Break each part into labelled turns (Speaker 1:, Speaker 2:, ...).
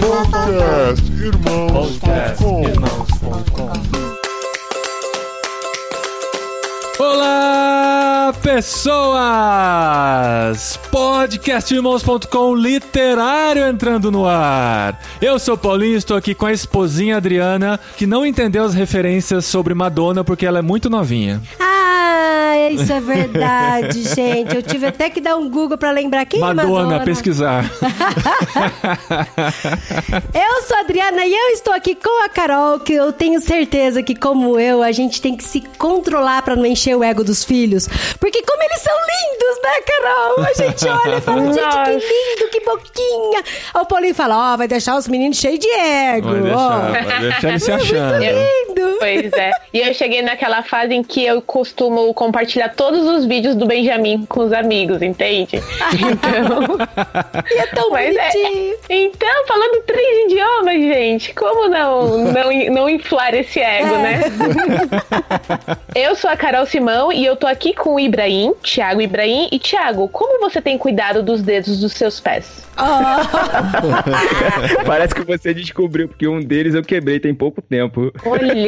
Speaker 1: Podcast Irmãos.
Speaker 2: Olá, pessoas! Podcastirmãos.com literário entrando no ar. Eu sou o Paulinho, estou aqui com a esposinha Adriana, que não entendeu as referências sobre Madonna porque ela é muito novinha.
Speaker 3: Ah, isso é verdade, gente. Eu tive até que dar um Google pra lembrar quem é
Speaker 2: Madonna,
Speaker 3: Madonna.
Speaker 2: pesquisar.
Speaker 3: Eu sou a Adriana e eu estou aqui com a Carol, que eu tenho certeza que, como eu, a gente tem que se controlar pra não encher o ego dos filhos. Porque como eles são lindos, né, Carol? A gente olha e fala, gente, que lindo, que boquinha. Aí o Paulinho fala, ó, vai deixar os meninos cheios de ego.
Speaker 2: Vai
Speaker 3: ó.
Speaker 2: deixar, vai deixar ele se achando.
Speaker 3: Lindo.
Speaker 4: Pois é. E eu cheguei naquela fase em que eu costumo compartilhar todos os vídeos do Benjamin com os amigos, entende? Então.
Speaker 3: E é tão
Speaker 4: Mas é-
Speaker 3: bonitinho.
Speaker 4: Então, falando três idiomas, gente, como não, não, não inflar esse ego, né? eu sou a Carol Simão e eu tô aqui com o Ibrahim, Thiago Ibrahim. E Thiago, como você tem cuidado dos dedos dos seus pés?
Speaker 5: Parece que você descobriu, porque um deles eu quebrei tem pouco tempo.
Speaker 4: Olha!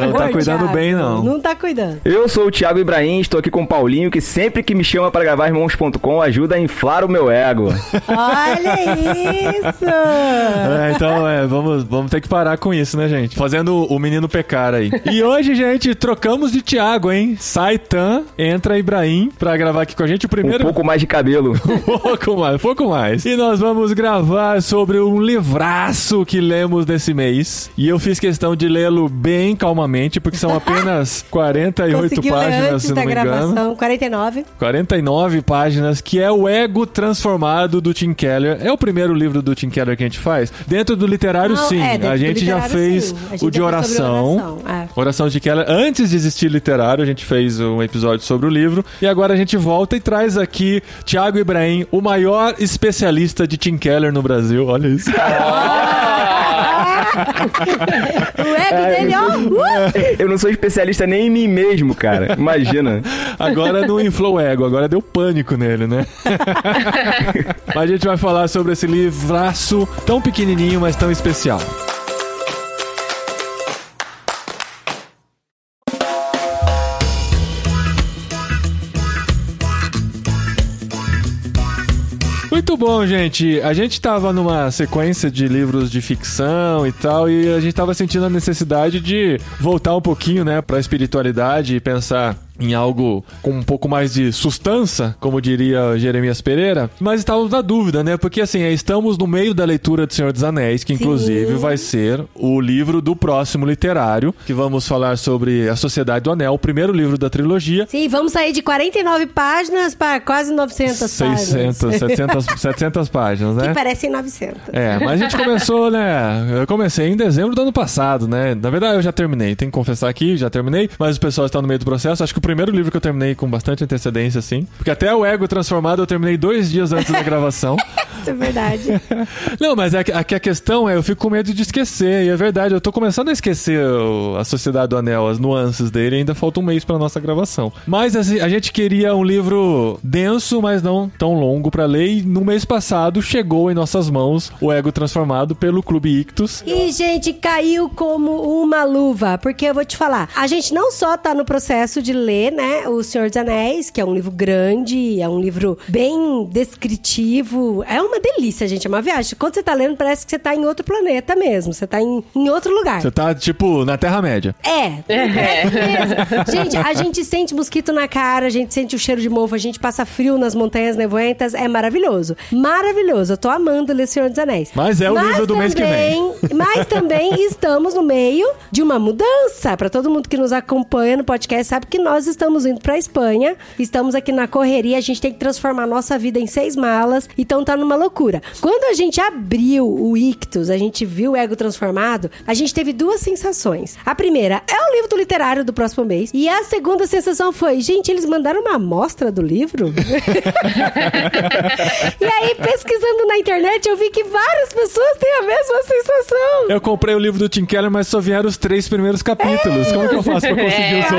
Speaker 2: Não tá
Speaker 3: Oi,
Speaker 2: cuidando
Speaker 3: Thiago.
Speaker 2: bem, não.
Speaker 3: Não tá cuidando.
Speaker 5: Eu sou o Thiago Ibrahim, estou aqui com o Paulinho, que sempre que me chama pra gravar irmãos.com ajuda a inflar o meu ego.
Speaker 3: Olha isso.
Speaker 2: É, então, é, vamos, vamos ter que parar com isso, né, gente? Fazendo o menino pecar aí. E hoje, gente, trocamos de Thiago, hein? Sai Tan, entra Ibrahim pra gravar aqui com a gente. O
Speaker 5: Um
Speaker 2: primeiro
Speaker 5: pouco mais de cabelo.
Speaker 2: pouco mais, pouco mais. E nós vamos gravar sobre um livraço que lemos nesse mês. E eu fiz questão de lê-lo bem calmamente, porque são apenas 48
Speaker 3: Conseguiu ler
Speaker 2: páginas,
Speaker 3: antes
Speaker 2: se
Speaker 3: da
Speaker 2: não me engano.
Speaker 3: gravação, 49.
Speaker 2: 49 páginas, que é o Ego Transformado do Tim Keller. É o primeiro livro do Tim Keller que a gente faz. Dentro do literário,
Speaker 3: Não,
Speaker 2: sim.
Speaker 3: é, dentro
Speaker 2: a
Speaker 3: do
Speaker 2: gente já
Speaker 3: literário,
Speaker 2: fez
Speaker 3: sim. A gente
Speaker 2: o de
Speaker 3: já fez sobre
Speaker 2: oração.
Speaker 3: oração, é.
Speaker 2: Oração de Keller. Antes de existir literário, a gente fez um episódio sobre o livro. E agora a gente volta e traz aqui Tiago Ibrahim, o maior especialista de Tim Keller no Brasil. Olha isso.
Speaker 3: O ego
Speaker 2: É,
Speaker 3: dele, ó. uh!
Speaker 5: Eu não sou especialista nem em mim mesmo, cara. Imagina.
Speaker 2: Agora não inflou o ego, agora deu pânico nele, né? mas a gente vai falar sobre esse livraço tão pequenininho, mas tão especial. Muito bom, gente. A gente tava numa sequência de livros de ficção e tal, e a gente tava sentindo a necessidade de voltar um pouquinho, né, pra espiritualidade e pensar em algo com um pouco mais de sustância, como diria Jeremias Pereira, mas estávamos na dúvida, né? Porque assim, é, estamos no meio da leitura do Senhor dos Anéis, que inclusive vai ser o livro do próximo literário, que vamos falar sobre a Sociedade do Anel, o primeiro livro da trilogia,
Speaker 3: Sim, vamos sair de 49 páginas para quase 900 páginas.
Speaker 2: 600, 700, 700 páginas, né?
Speaker 3: Que parecem 900.
Speaker 2: É, mas a gente começou, né? Eu comecei em dezembro do ano passado, né? Na verdade, eu já terminei. Tenho que confessar aqui, já terminei. Mas o pessoal está no meio do processo. Acho que o primeiro livro que eu terminei com bastante antecedência, assim. Porque até o Ego Transformado eu terminei dois dias antes da gravação.
Speaker 3: Isso é verdade.
Speaker 2: Não, mas aqui a, a questão é, eu fico com medo de esquecer. E é verdade, eu tô começando a esquecer o- a Sociedade do Anel, as nuances dele. Ainda falta um mês pra nossa gravação. Mas assim, a gente queria um livro denso, mas não tão longo pra ler. E no mês passado chegou em nossas mãos o Ego Transformado pelo Clube Ictus.
Speaker 3: E, gente, caiu como uma luva. Porque eu vou te falar, a gente não só tá no processo de ler, né, O Senhor dos Anéis, que é um livro grande, é um livro bem descritivo. É uma delícia, gente, é uma viagem. Quando você tá lendo, parece que você tá em outro planeta mesmo. Você tá em, em outro lugar.
Speaker 2: Você tá, tipo, na Terra-média.
Speaker 3: É, é mesmo. Gente, a gente sente mosquito na cara, a gente sente o cheiro de mofo, a gente passa frio nas montanhas nevoentas. É maravilhoso. Maravilhoso. Eu tô amando ler Senhor dos Anéis.
Speaker 2: Mas é o livro do mês que vem.
Speaker 3: também- Mas também estamos no meio de uma mudança. Pra todo mundo que nos acompanha no podcast, sabe que nós estamos indo pra Espanha. Estamos aqui na correria, a gente tem que transformar nossa vida em seis malas. Então tá numa loucura. Quando a gente abriu o Ictus, a gente viu o ego transformado, a gente teve duas sensações. A primeira é o livro do literário do próximo mês. E a segunda sensação foi: gente, eles mandaram uma amostra do livro? e aí, pesquisando na internet, eu vi que várias pessoas têm a mesma sensação.
Speaker 2: Eu comprei o livro do Tim Keller, mas só vieram os três primeiros capítulos. Como que eu faço pra conseguir os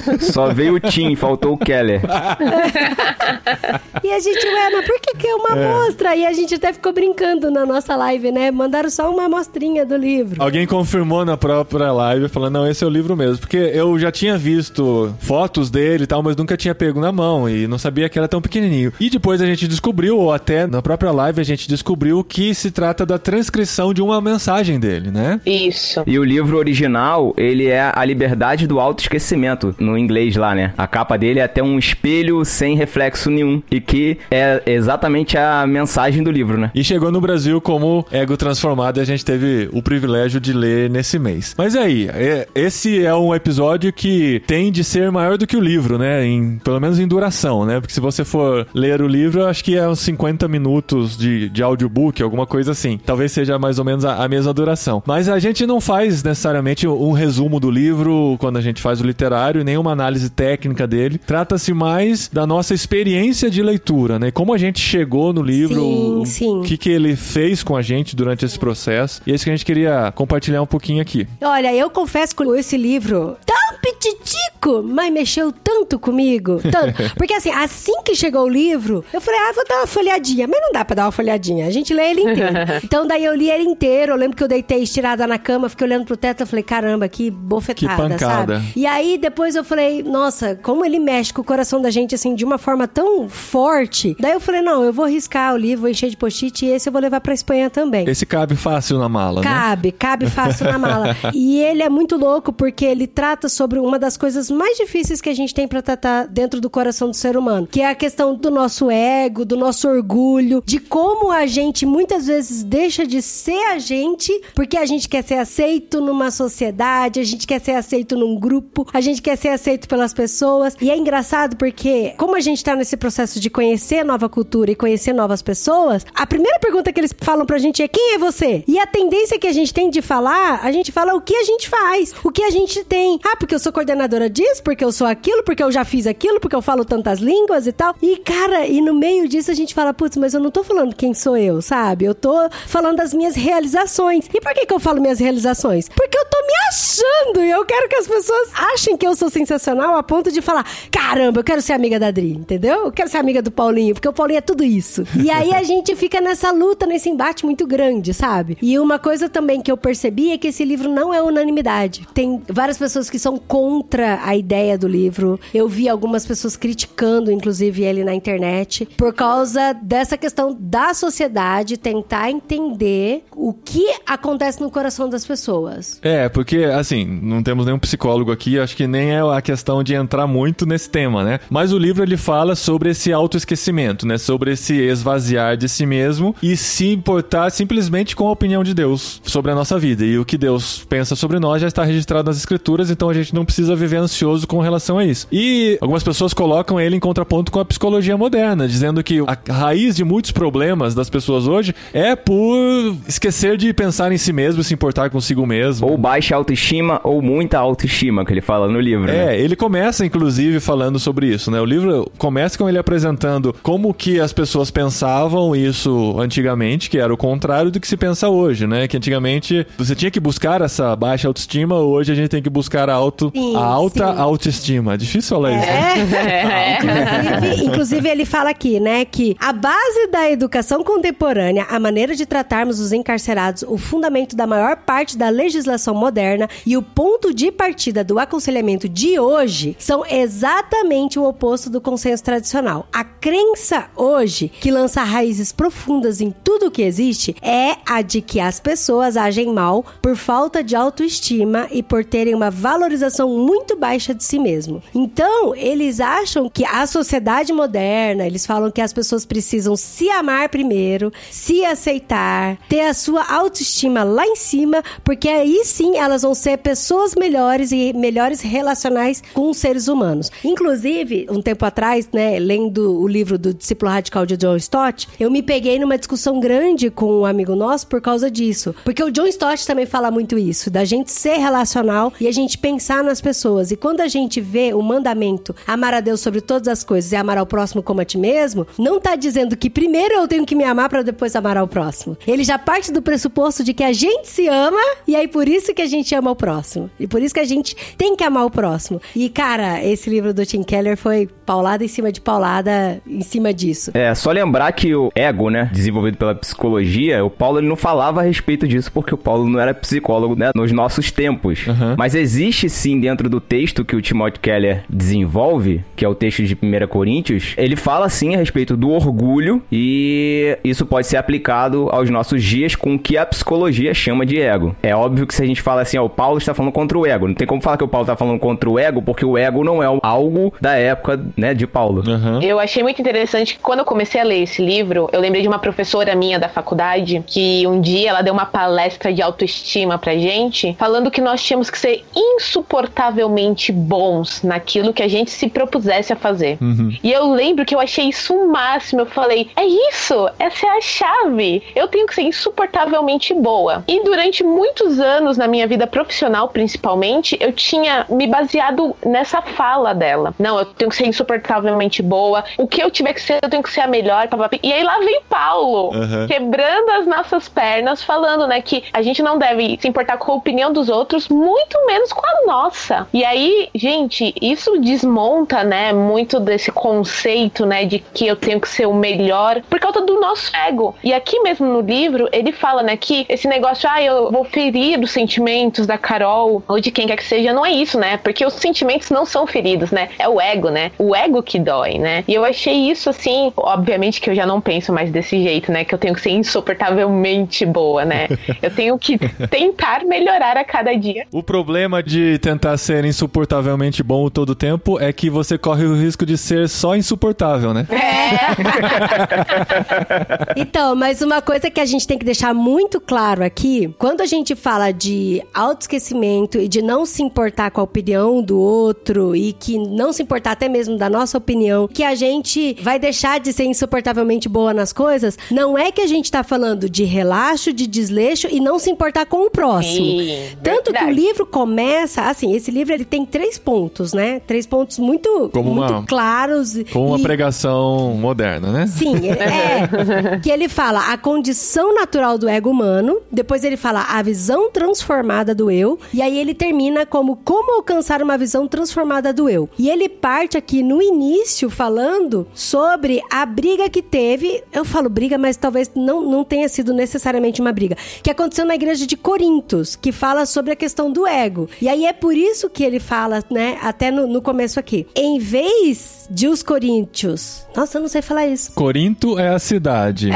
Speaker 2: outros?
Speaker 5: Só Só veio o Tim, faltou o Keller.
Speaker 3: E a gente, ué, mas por que que é uma amostra? E a gente até ficou brincando na nossa live, né? Mandaram só uma amostrinha do livro.
Speaker 2: Alguém confirmou na própria live, falando, não, esse é o livro mesmo. Porque eu já tinha visto fotos dele e tal, mas nunca tinha pego na mão e não sabia que era tão pequenininho. E depois a gente descobriu, ou até na própria live a gente descobriu que se trata da transcrição de uma mensagem dele, né?
Speaker 4: Isso.
Speaker 5: E o livro original, ele é A Liberdade do Autoesquecimento, no inglês lá, né? A capa dele é até um espelho sem reflexo nenhum. E que é exatamente a mensagem do livro, né?
Speaker 2: E chegou no Brasil como Ego Transformado e a gente teve o privilégio de ler nesse mês. Mas aí, é- esse é um episódio que tem de ser maior do que o livro, né? Em, pelo menos em duração, né? Porque se você for ler o livro, eu acho que é uns 50 minutos de, de audiobook, alguma coisa assim. Talvez seja mais ou menos a, a mesma duração. Mas a gente não faz necessariamente um resumo do livro quando a gente faz o literário, nem uma análise técnica dele. Trata-se mais da nossa experiência de leitura, né? Como a gente chegou no livro,
Speaker 3: Sim,
Speaker 2: o-
Speaker 3: sim.
Speaker 2: o que que ele fez com a gente durante esse processo. E é isso que a gente queria compartilhar um pouquinho aqui.
Speaker 3: Olha, eu confesso que esse livro tão petitico, mas mexeu tanto comigo. Tanto. Porque assim, assim que chegou o livro, eu falei, ah, vou dar uma folhadinha. Mas não dá pra dar uma folhadinha, a gente lê ele inteiro. então daí eu li ele inteiro, eu lembro que eu deitei estirada na cama, fiquei olhando pro teto, eu falei, caramba, que bofetada,
Speaker 2: Que pancada.
Speaker 3: sabe? E aí depois eu falei, nossa, como ele mexe com o coração da gente, assim, de uma forma tão forte. Daí eu falei, não, eu vou riscar o livro, vou encher de post-it e esse eu vou levar pra Espanha também.
Speaker 2: Esse cabe fácil na mala, né?
Speaker 3: Cabe, cabe fácil na mala. e ele é muito louco porque ele trata sobre uma das coisas mais difíceis que a gente tem pra tratar dentro do coração do ser humano, que é a questão do nosso ego, do nosso orgulho, de como a gente muitas vezes deixa de ser a gente porque a gente quer ser aceito numa sociedade, a gente quer ser aceito num grupo, a gente quer ser aceito pelas pessoas. E é engraçado porque como a gente tá nesse processo de conhecer nova cultura e conhecer novas pessoas, a primeira pergunta que eles falam pra gente é quem é você? E a tendência que a gente tem de falar, a gente fala o que a gente faz, o que a gente tem. Ah, porque eu sou coordenadora disso, porque eu sou aquilo, porque eu já fiz aquilo, porque eu falo tantas línguas e tal. E cara, e no meio disso a gente fala, putz, mas eu não tô falando quem sou eu, sabe? Eu tô falando das minhas realizações. E por que que eu falo minhas realizações? Porque eu tô me achando e eu quero que as pessoas achem que eu sou sensacional a ponto de falar, caramba, eu quero ser amiga da Adri, entendeu? Eu quero ser amiga do Paulinho, porque o Paulinho é tudo isso. E aí a gente fica nessa luta, nesse embate muito grande, sabe? E uma coisa também que eu percebi é que esse livro não é unanimidade. Tem várias pessoas que são contra a ideia do livro. Eu vi algumas pessoas criticando, inclusive, ele na internet, por causa dessa questão da sociedade tentar entender o que acontece no coração das pessoas.
Speaker 2: É, porque, assim, não temos nenhum psicólogo aqui, acho que nem é a questão de entrar muito nesse tema, né? Mas o livro ele fala sobre esse autoesquecimento, né? Sobre esse esvaziar de si mesmo e se importar simplesmente com a opinião de Deus sobre a nossa vida. E o que Deus pensa sobre nós já está registrado nas escrituras, então a gente não precisa viver ansioso com relação a isso. E algumas pessoas colocam ele em contraponto com a psicologia moderna, dizendo que a raiz de muitos problemas das pessoas hoje é por esquecer de pensar em si mesmo, se importar consigo mesmo.
Speaker 5: Ou baixa autoestima ou muita autoestima, que ele fala no livro, né?
Speaker 2: É, ele começa, inclusive, falando sobre isso, né? O livro começa com ele apresentando como que as pessoas pensavam isso antigamente, que era o contrário do que se pensa hoje, né? Que antigamente você tinha que buscar essa baixa autoestima, hoje a gente tem que buscar a, auto,
Speaker 3: Sim,
Speaker 2: a alta
Speaker 3: sim. É.
Speaker 2: autoestima. Difícil falar isso, né?
Speaker 4: É.
Speaker 3: Inclusive, inclusive, ele fala aqui, né, que a base da educação contemporânea, a maneira de tratarmos os encarcerados, o fundamento da maior parte da legislação moderna e o ponto de partida do aconselhamento de hoje são exatamente o oposto do consenso tradicional. A crença hoje, que lança raízes profundas em tudo o que existe, é a de que as pessoas agem mal por falta de autoestima e por terem uma valorização muito baixa de si mesmo. Então, eles acham que a sociedade moderna, eles falam que as pessoas precisam se amar primeiro, se aceitar, ter a sua autoestima lá em cima, porque aí sim elas vão ser pessoas melhores e melhores relacionais com os seres humanos. Inclusive, um tempo atrás, né, lendo o livro do Discípulo Radical de John Stott, eu me peguei numa discussão grande com um amigo nosso por causa disso. Porque o John Stott também fala muito isso, da gente ser relacional e a gente pensar nas pessoas. E quando a gente vê o mandamento amar a Deus sobre todas as coisas e amar ao próximo como a ti mesmo, não tá dizendo que primeiro eu tenho que me amar para depois amar ao próximo. Ele já parte do pressuposto de que a gente se ama e aí por isso que a gente ama o próximo. E por isso que a gente tem que amar o próximo. E cara, esse livro do Tim Keller foi paulada em cima de paulada em cima disso.
Speaker 5: É, só lembrar que o ego, né, desenvolvido pela psicologia, o Paulo ele não falava a respeito disso porque o Paulo não era psicólogo, né, nos nossos tempos.
Speaker 2: Uhum.
Speaker 5: Mas existe sim dentro do texto que o Timothy Keller desenvolve, que é o texto de 1 Coríntios, ele fala sim a respeito do orgulho e isso pode ser aplicado aos nossos dias com o que a psicologia chama de ego. É óbvio que se a gente fala assim, ó, o Paulo está falando contra o ego, não tem como falar que o Paulo está falando contra o ego porque o ego não é algo da época, né, de Paulo.
Speaker 2: Aham.
Speaker 4: Eu achei muito interessante que quando eu comecei a ler esse livro, eu lembrei de uma professora minha da faculdade que um dia ela deu uma palestra de autoestima pra gente, falando que nós tínhamos que ser insuportavelmente bons naquilo que a gente se propusesse a fazer.
Speaker 2: Uhum.
Speaker 4: E eu lembro que eu achei isso o máximo. Eu falei, é isso, essa é a chave. Eu tenho que ser insuportavelmente boa. E durante muitos anos na minha vida profissional, principalmente, eu tinha me baseado nessa fala dela. Não, eu tenho que ser insuportavelmente boa. O que eu tiver que ser, eu tenho que ser a melhor. papapi. E aí lá vem Paulo,
Speaker 2: Uhum.
Speaker 4: quebrando as nossas pernas, falando, né, que a gente não deve se importar com a opinião dos outros, muito menos com a nossa. E aí, gente, isso desmonta, né, muito desse conceito, né, de que eu tenho que ser o melhor por causa do nosso ego. E aqui mesmo no livro, ele fala, né, que esse negócio, ah, eu vou ferir os sentimentos da Carol ou de quem quer que seja, não é isso, né? Porque os sentimentos não são feridos, né? É o ego, né? O ego que dói, né? E eu achei isso assim, obviamente que eu já não penso mais desse jeito, né? Que eu tenho que ser insuportavelmente boa, né? Eu tenho que tentar melhorar a cada dia.
Speaker 2: O problema de tentar ser insuportavelmente bom todo o tempo é que você corre o risco de ser só insuportável, né?
Speaker 3: É. Então, mas uma coisa que a gente tem que deixar muito claro aqui, quando a gente fala de autoesquecimento e de não se importar com a opinião do outro e que não se importar até mesmo da nossa opinião, que a gente vai deixar de ser insuportavelmente boa nas coisas, não é que a gente tá falando de relaxo, de desleixo e não se importar com o próximo.
Speaker 4: Sim,
Speaker 3: Tanto que o
Speaker 4: verdade.
Speaker 3: livro começa, assim, esse livro ele tem três pontos, né? Três pontos muito,
Speaker 2: Como
Speaker 3: muito
Speaker 2: uma-
Speaker 3: claros.
Speaker 2: Com uma
Speaker 3: e-
Speaker 2: pregação moderna, né?
Speaker 3: Sim, é. que ele fala a condição natural do ego humano, depois ele fala a visão transformada do eu, e aí ele termina como como alcançar uma visão transformada do eu. E ele parte aqui no início falando sobre a briga que teve, eu falo briga, mas talvez não, não tenha sido necessariamente uma briga, que aconteceu na igreja de Corintos, que fala sobre a questão do ego. E aí é por isso que ele fala, né, até no, no começo aqui, em vez de os coríntios. Nossa, eu não sei falar isso.
Speaker 2: Corinto é a cidade.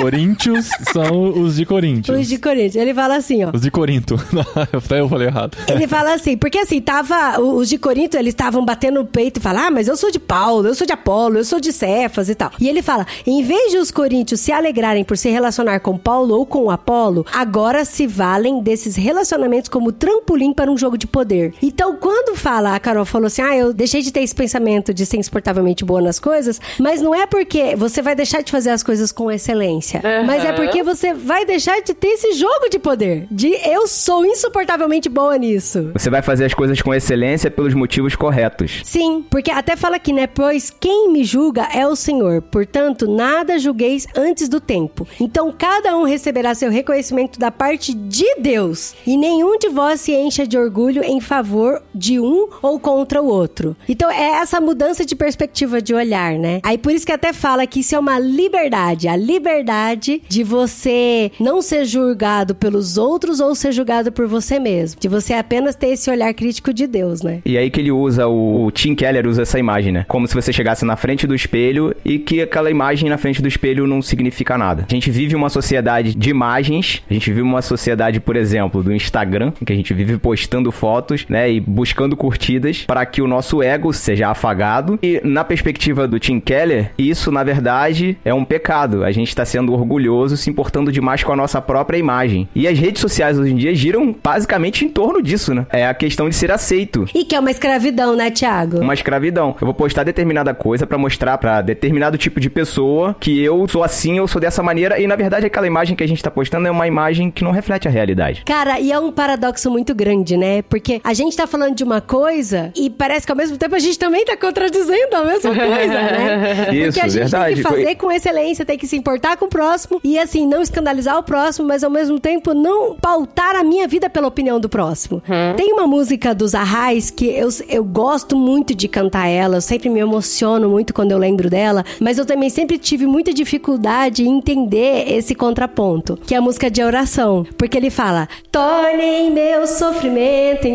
Speaker 2: Coríntios são os de Coríntios.
Speaker 3: É. Os de Corinthians. Ele fala assim, ó.
Speaker 2: Os de Corinto. Até eu falei errado.
Speaker 3: Ele fala assim, porque assim, tava. o- Os de Corinto, eles estavam batendo no peito e falar, ah, mas eu sou de Paulo, eu sou de Apolo, eu sou de Cefas e tal. E ele fala: em vez de os coríntios se alegrarem por se relacionar com Paulo ou com Apolo, agora se valem desses relacionamentos como trampolim para um jogo de poder. Então, quando fala, a Carol falou assim: ah, eu deixei de ter esse pensamento de ser insuportavelmente boa nas coisas, mas não é porque você vai deixar de fazer as coisas com excelência, mas é
Speaker 4: Aham.
Speaker 3: porque você vai deixar de ter esse jogo de poder. De eu sou insuportavelmente boa nisso.
Speaker 5: Você vai fazer as coisas com excelência pelos motivos corretos.
Speaker 3: Sim, porque até fala aqui, né? Pois quem me julga é o Senhor. Portanto, nada julgueis antes do tempo. Então, cada um receberá seu reconhecimento da parte de Deus. E nenhum de vós se encha de orgulho em favor de um ou contra o outro. Então, é essa mudança de perspectiva de olhar, né? Aí, por isso que até fala que isso é uma liberdade. A liberdade de você não ser julgado pelos outros ou ser julgado por você mesmo. De você apenas ter esse olhar crítico de Deus, né?
Speaker 5: E aí que ele usa, o, o Tim Keller usa essa imagem, né? Como se você chegasse na frente do espelho e que aquela imagem na frente do espelho não significa nada. A gente vive uma sociedade de imagens, a gente vive uma sociedade, por exemplo, do Instagram, em que a gente vive postando fotos, né? E buscando curtidas para que o nosso ego seja afagado. E na perspectiva do Tim Keller, isso na verdade é um pecado. A gente está sendo orgulhoso, se importando demais com a nossa própria imagem. E as redes sociais hoje em dia giram basicamente em torno disso, né? É a questão de ser aceito
Speaker 3: E que é uma escravidão, né, Thiago?
Speaker 5: uma escravidão. Eu vou postar determinada coisa pra mostrar pra determinado tipo de pessoa que eu sou assim, eu sou dessa maneira e na verdade aquela imagem que a gente tá postando é uma imagem que não reflete a realidade.
Speaker 3: Cara, e é um paradoxo muito grande, né? Porque a a gente tá falando de uma coisa e parece que ao mesmo tempo a gente também tá contradizendo a mesma coisa, né?
Speaker 5: Isso,
Speaker 3: Porque a gente tem
Speaker 5: verdade.
Speaker 3: que fazer com excelência, tem que se importar com o próximo e assim, não escandalizar o próximo, mas ao mesmo tempo não pautar a minha vida pela opinião do próximo. Tem uma música dos Arrais que eu, eu gosto muito de cantar ela, eu sempre me emociono muito quando eu lembro dela, mas eu também sempre tive muita dificuldade em entender esse contraponto, que é a música de oração, porque ele fala: "Tornem meu sofrimento em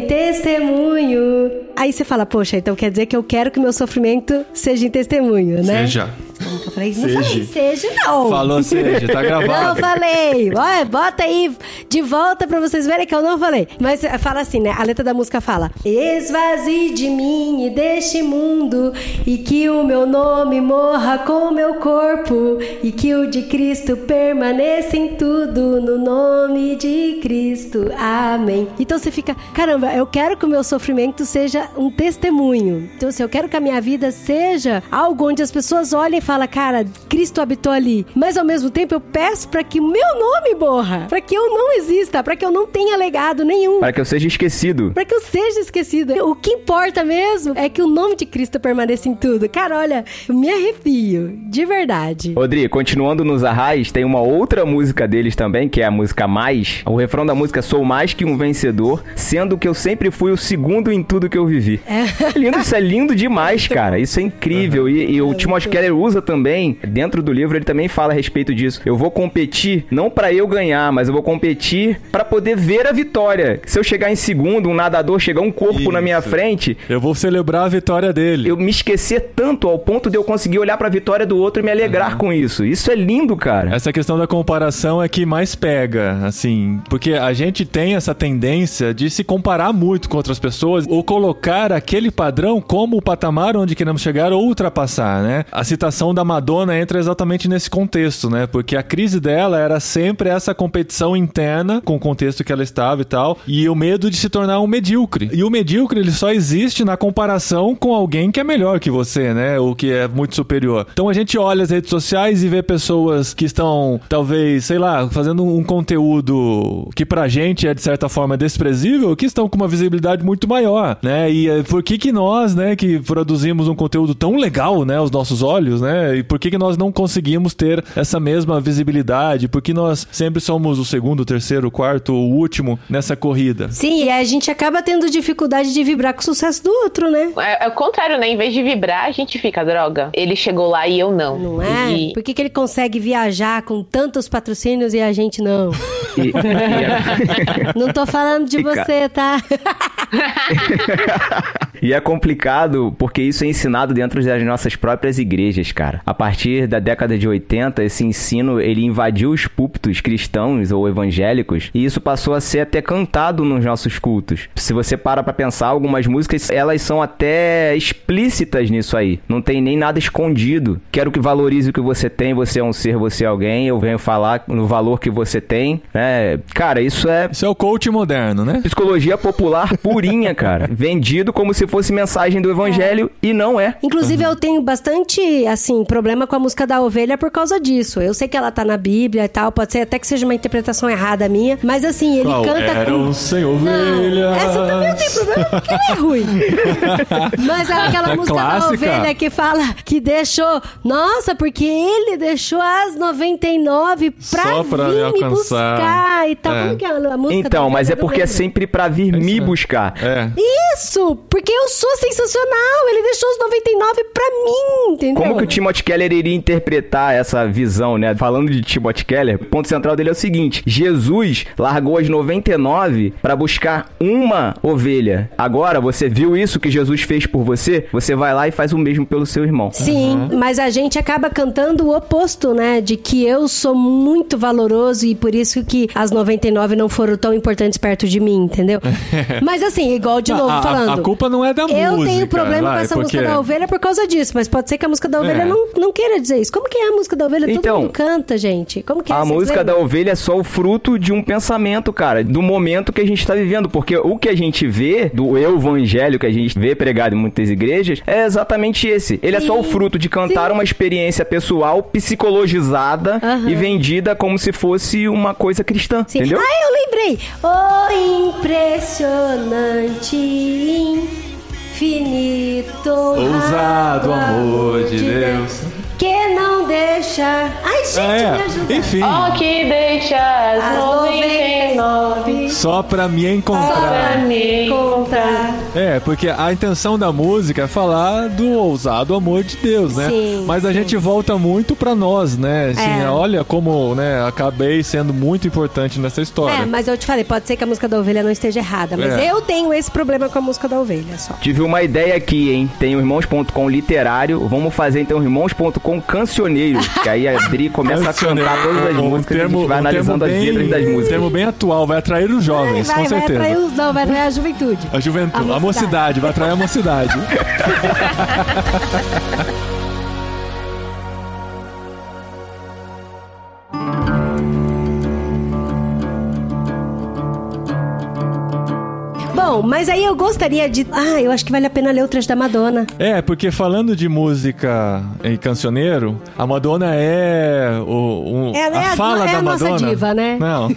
Speaker 3: testemunho". Aí você fala: "Poxa, então quer dizer que eu quero que meu sofrimento seja em testemunho, né?"
Speaker 2: Seja.
Speaker 3: Eu falei, não
Speaker 2: Seja.
Speaker 3: falei, seja não.
Speaker 2: Falou seja, tá
Speaker 3: Não
Speaker 2: gravado.
Speaker 3: falei. Olha, bota aí de volta pra vocês verem que eu não falei. Mas eh, fala assim, né? A letra da música fala: Esvazie de mim e deste mundo, e que o meu nome morra com o meu corpo, e que o de Cristo permaneça em tudo, no nome de Cristo. Amém. Então você fica, caramba, eu quero que o meu sofrimento seja um testemunho. Então, se eu quero que a minha vida seja algo onde as pessoas olhem e falam, cara, Cristo habitou ali. Mas ao mesmo tempo eu peço pra que o meu nome morra, pra que eu não exista, pra que eu não tenha legado nenhum.
Speaker 5: Para que eu seja esquecido.
Speaker 3: Pra que eu seja esquecida. O que importa mesmo é que o nome de Cristo permaneça em tudo. Cara, olha, eu me arrepio. De verdade.
Speaker 5: Rodrigo, continuando nos arrais, tem uma outra música deles também, que é a música Mais. O refrão da música é Sou mais que um vencedor, sendo que eu sempre fui o segundo em tudo que eu vivi. É. Lindo, isso é lindo demais, cara. Isso é incrível. E, e o Timothy Keller usa também, dentro do livro, ele também fala a respeito disso. Eu vou competir, não pra eu ganhar, mas eu vou competir pra poder ver a vitória. Se eu chegar em segundo, um nadador chegar um corpo na minha
Speaker 2: Isso.
Speaker 5: frente,
Speaker 2: Eu vou celebrar a vitória dele.
Speaker 5: eu me esquecer tanto ao ponto de eu conseguir olhar pra vitória do outro e me alegrar com isso. Isso é lindo, cara.
Speaker 2: Essa questão da comparação é que mais pega, assim, porque a gente tem essa tendência de se comparar muito com outras pessoas ou colocar aquele padrão como o patamar onde queremos chegar ou ultrapassar, né? A citação da Madonna entra exatamente nesse contexto, né? Porque a crise dela era sempre essa competição interna com o contexto que ela estava e tal, e o medo de se tornar um medíocre. E o medíocre ele só existe na comparação com alguém que é melhor que você, né? Ou que é muito superior. Então a gente olha as redes sociais e vê pessoas que estão, talvez, sei lá, fazendo um conteúdo que pra gente é de certa forma desprezível, que estão com uma visibilidade muito maior, né? E eh, por que que nós, né, que produzimos um conteúdo tão legal, né, aos nossos olhos, né? E por que que nós não conseguimos ter essa mesma visibilidade? Porque nós sempre somos o segundo, o terceiro, o quarto, o último nessa corrida.
Speaker 3: Sim, e a gente acaba tendo dificuldade de vibrar com o sucesso do outro, né?
Speaker 4: É, é o contrário, né? Em vez de vibrar, a gente fica, droga. Ele chegou lá e eu não.
Speaker 3: Não é?
Speaker 4: E-
Speaker 3: Por que, que ele consegue viajar com tantos patrocínios e a gente não?
Speaker 5: E- é- e-
Speaker 3: Não tô falando de
Speaker 5: E, cara-
Speaker 3: você, tá?
Speaker 5: E é complicado porque isso é ensinado dentro das nossas próprias igrejas, cara. A partir da década de 80, esse ensino ele invadiu os púlpitos cristãos ou evangélicos e isso passou a ser até cantado nos nossos cultos. Se você para pra pensar, algumas músicas elas são até explícitas nisso aí. Não tem nem nada escondido. Quero que valorize o que você tem. Você é um ser, você é alguém. Eu venho falar no valor que você tem. É, cara, isso é
Speaker 2: Isso é o coach moderno, né?
Speaker 5: Psicologia popular purinha, cara. Vendido como se fosse mensagem
Speaker 2: É.
Speaker 5: do evangelho e não é.
Speaker 3: Inclusive, eu tenho bastante, assim, problema com a música da ovelha por causa disso. Eu sei que ela tá na Bíblia e tal, pode ser até que seja uma interpretação errada minha, mas assim, ele
Speaker 2: Qual um
Speaker 3: canta
Speaker 2: eram
Speaker 3: com.
Speaker 2: sem
Speaker 3: Não,
Speaker 2: ovelhas?
Speaker 3: essa também eu tenho problema porque ela é ruim. Mas é aquela
Speaker 2: É
Speaker 3: música
Speaker 2: clássica.
Speaker 3: da ovelha que fala que deixou. Nossa, porque ele deixou as 99 pra,
Speaker 2: Só pra me
Speaker 3: vir me
Speaker 2: alcançar.
Speaker 3: buscar e tal.
Speaker 2: É.
Speaker 3: Como que é a música da
Speaker 5: Então,
Speaker 3: ovelha?
Speaker 5: mas
Speaker 3: Eu
Speaker 5: é
Speaker 3: não
Speaker 5: porque é
Speaker 3: lembro.
Speaker 5: sempre pra vir me
Speaker 2: é.
Speaker 5: buscar.
Speaker 2: É.
Speaker 3: Isso! Porque eu sou sensacional! Ele deixou os 99 pra mim, entendeu?
Speaker 2: Então,
Speaker 5: Como que o Timothy Keller iria interpretar essa visão, né? Falando de Timothy Keller, o ponto central dele é o seguinte: Jesus largou as 99 para buscar uma ovelha. Agora, você viu isso que Jesus fez por você? Você vai lá e faz o mesmo pelo seu irmão.
Speaker 2: Uhum.
Speaker 3: Sim, mas a gente acaba cantando o oposto, né? De que eu sou muito valoroso e por isso que as 99 não foram tão importantes perto de mim, entendeu? mas assim, igual de
Speaker 2: A-
Speaker 3: novo
Speaker 2: a,
Speaker 3: falando.
Speaker 2: a culpa não não é da música.
Speaker 3: Eu tenho problema
Speaker 2: vai,
Speaker 3: com essa
Speaker 2: porque-
Speaker 3: música da ovelha por causa disso, mas pode ser que a música da ovelha
Speaker 2: É.
Speaker 3: não, não queira dizer isso. Como que é a música da ovelha?
Speaker 5: Então,
Speaker 3: Todo mundo canta, gente. Como que é
Speaker 5: A
Speaker 3: Vocês
Speaker 5: música da
Speaker 3: lembram?
Speaker 5: ovelha é só o fruto de um pensamento, cara, do momento que a gente tá vivendo. Porque o que a gente vê, do evangelho que a gente vê pregado em muitas igrejas, é exatamente esse. Ele é só o
Speaker 3: Sim.
Speaker 5: fruto de cantar
Speaker 3: Sim.
Speaker 5: uma experiência pessoal psicologizada
Speaker 3: Aham.
Speaker 5: e vendida como se fosse uma coisa cristã.
Speaker 3: Sim.
Speaker 5: Entendeu?
Speaker 3: Ah, eu lembrei! O impressionante, infinito,
Speaker 2: Ousado amor de Deus.
Speaker 3: que não deixa. Ai, gente,
Speaker 2: Ah,
Speaker 3: me ajuda.
Speaker 2: é. Enfim,
Speaker 4: Ó que deixa as
Speaker 3: As
Speaker 4: 99
Speaker 3: 99
Speaker 2: só pra me
Speaker 3: para
Speaker 2: encontrar.
Speaker 3: me encontrar.
Speaker 2: É, porque a intenção da música é falar do ousado amor de Deus, né?
Speaker 3: Sim,
Speaker 2: Mas a gente volta muito pra nós, né? Assim,
Speaker 3: É.
Speaker 2: olha como, né, acabei sendo muito importante nessa história.
Speaker 3: É, mas eu te falei, pode ser que a música da ovelha não esteja errada, mas
Speaker 2: É.
Speaker 3: eu tenho esse problema com a música da ovelha só.
Speaker 5: Tive uma ideia aqui, hein? Tem o irmãos.com literário. Vamos fazer então o irmãos.com cancioneiro. Que aí a Dri começa a É cantar todas as músicas e a gente vai analisando as letras das
Speaker 2: Um
Speaker 5: músicas.
Speaker 2: termo bem atual, vai é atrair os jovens,
Speaker 3: vai,
Speaker 2: com
Speaker 3: vai
Speaker 2: certeza.
Speaker 3: atrair os, não, vai atrair a juventude.
Speaker 2: A juventude, a mocidade, vai atrair a mocidade.
Speaker 3: Bom, mas aí eu gostaria de. Ah, eu acho que vale a pena ler o trecho da Madonna.
Speaker 2: É, porque falando de música e cancioneiro, a Madonna é o, o-
Speaker 3: Ela é
Speaker 2: a
Speaker 3: a-
Speaker 2: fala
Speaker 3: é
Speaker 2: da
Speaker 3: a nossa
Speaker 2: Madonna.
Speaker 3: diva, né?
Speaker 2: Não.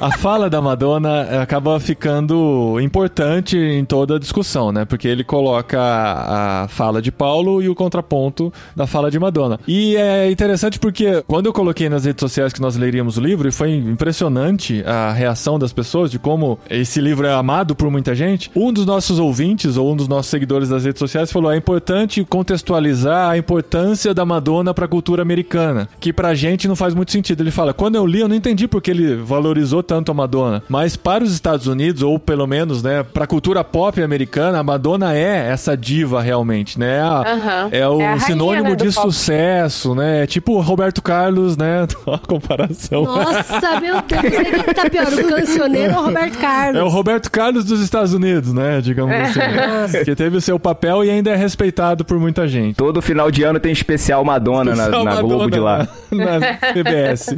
Speaker 2: A fala da Madonna acaba ficando importante em toda a discussão, né? Porque ele coloca a a fala de Paulo e o contraponto da fala de Madonna. E é interessante porque quando eu coloquei nas redes sociais que nós leríamos o livro, e foi impressionante a reação das pessoas de como esse livro é amado por muita gente, um dos nossos ouvintes ou um dos nossos seguidores das redes sociais falou: é importante contextualizar a importância da Madonna para a cultura americana, que pra gente não faz muito sentido. Ele fala: quando eu li, eu não entendi porque ele valorizou tanto a Madonna, mas para os Estados Unidos, ou pelo menos, né, pra cultura pop americana, a Madonna é essa diva realmente, né? É a-
Speaker 4: Aham.
Speaker 2: É o
Speaker 4: É a rainha,
Speaker 2: sinônimo
Speaker 4: né, do
Speaker 2: de
Speaker 4: pop.
Speaker 2: sucesso, né? É tipo o Roberto Carlos, né? Olha a comparação.
Speaker 3: Nossa, meu Deus, não sei o que tá pior, o cancioneiro ou o Roberto Carlos?
Speaker 2: É o Roberto Carlos dos Estados Unidos, né? Digamos assim. que teve o seu papel e ainda é respeitado por muita gente.
Speaker 5: Todo final de ano tem especial Madonna na,
Speaker 2: Só Madonna
Speaker 5: na
Speaker 2: né?
Speaker 5: Globo de lá.
Speaker 2: Na na CBS.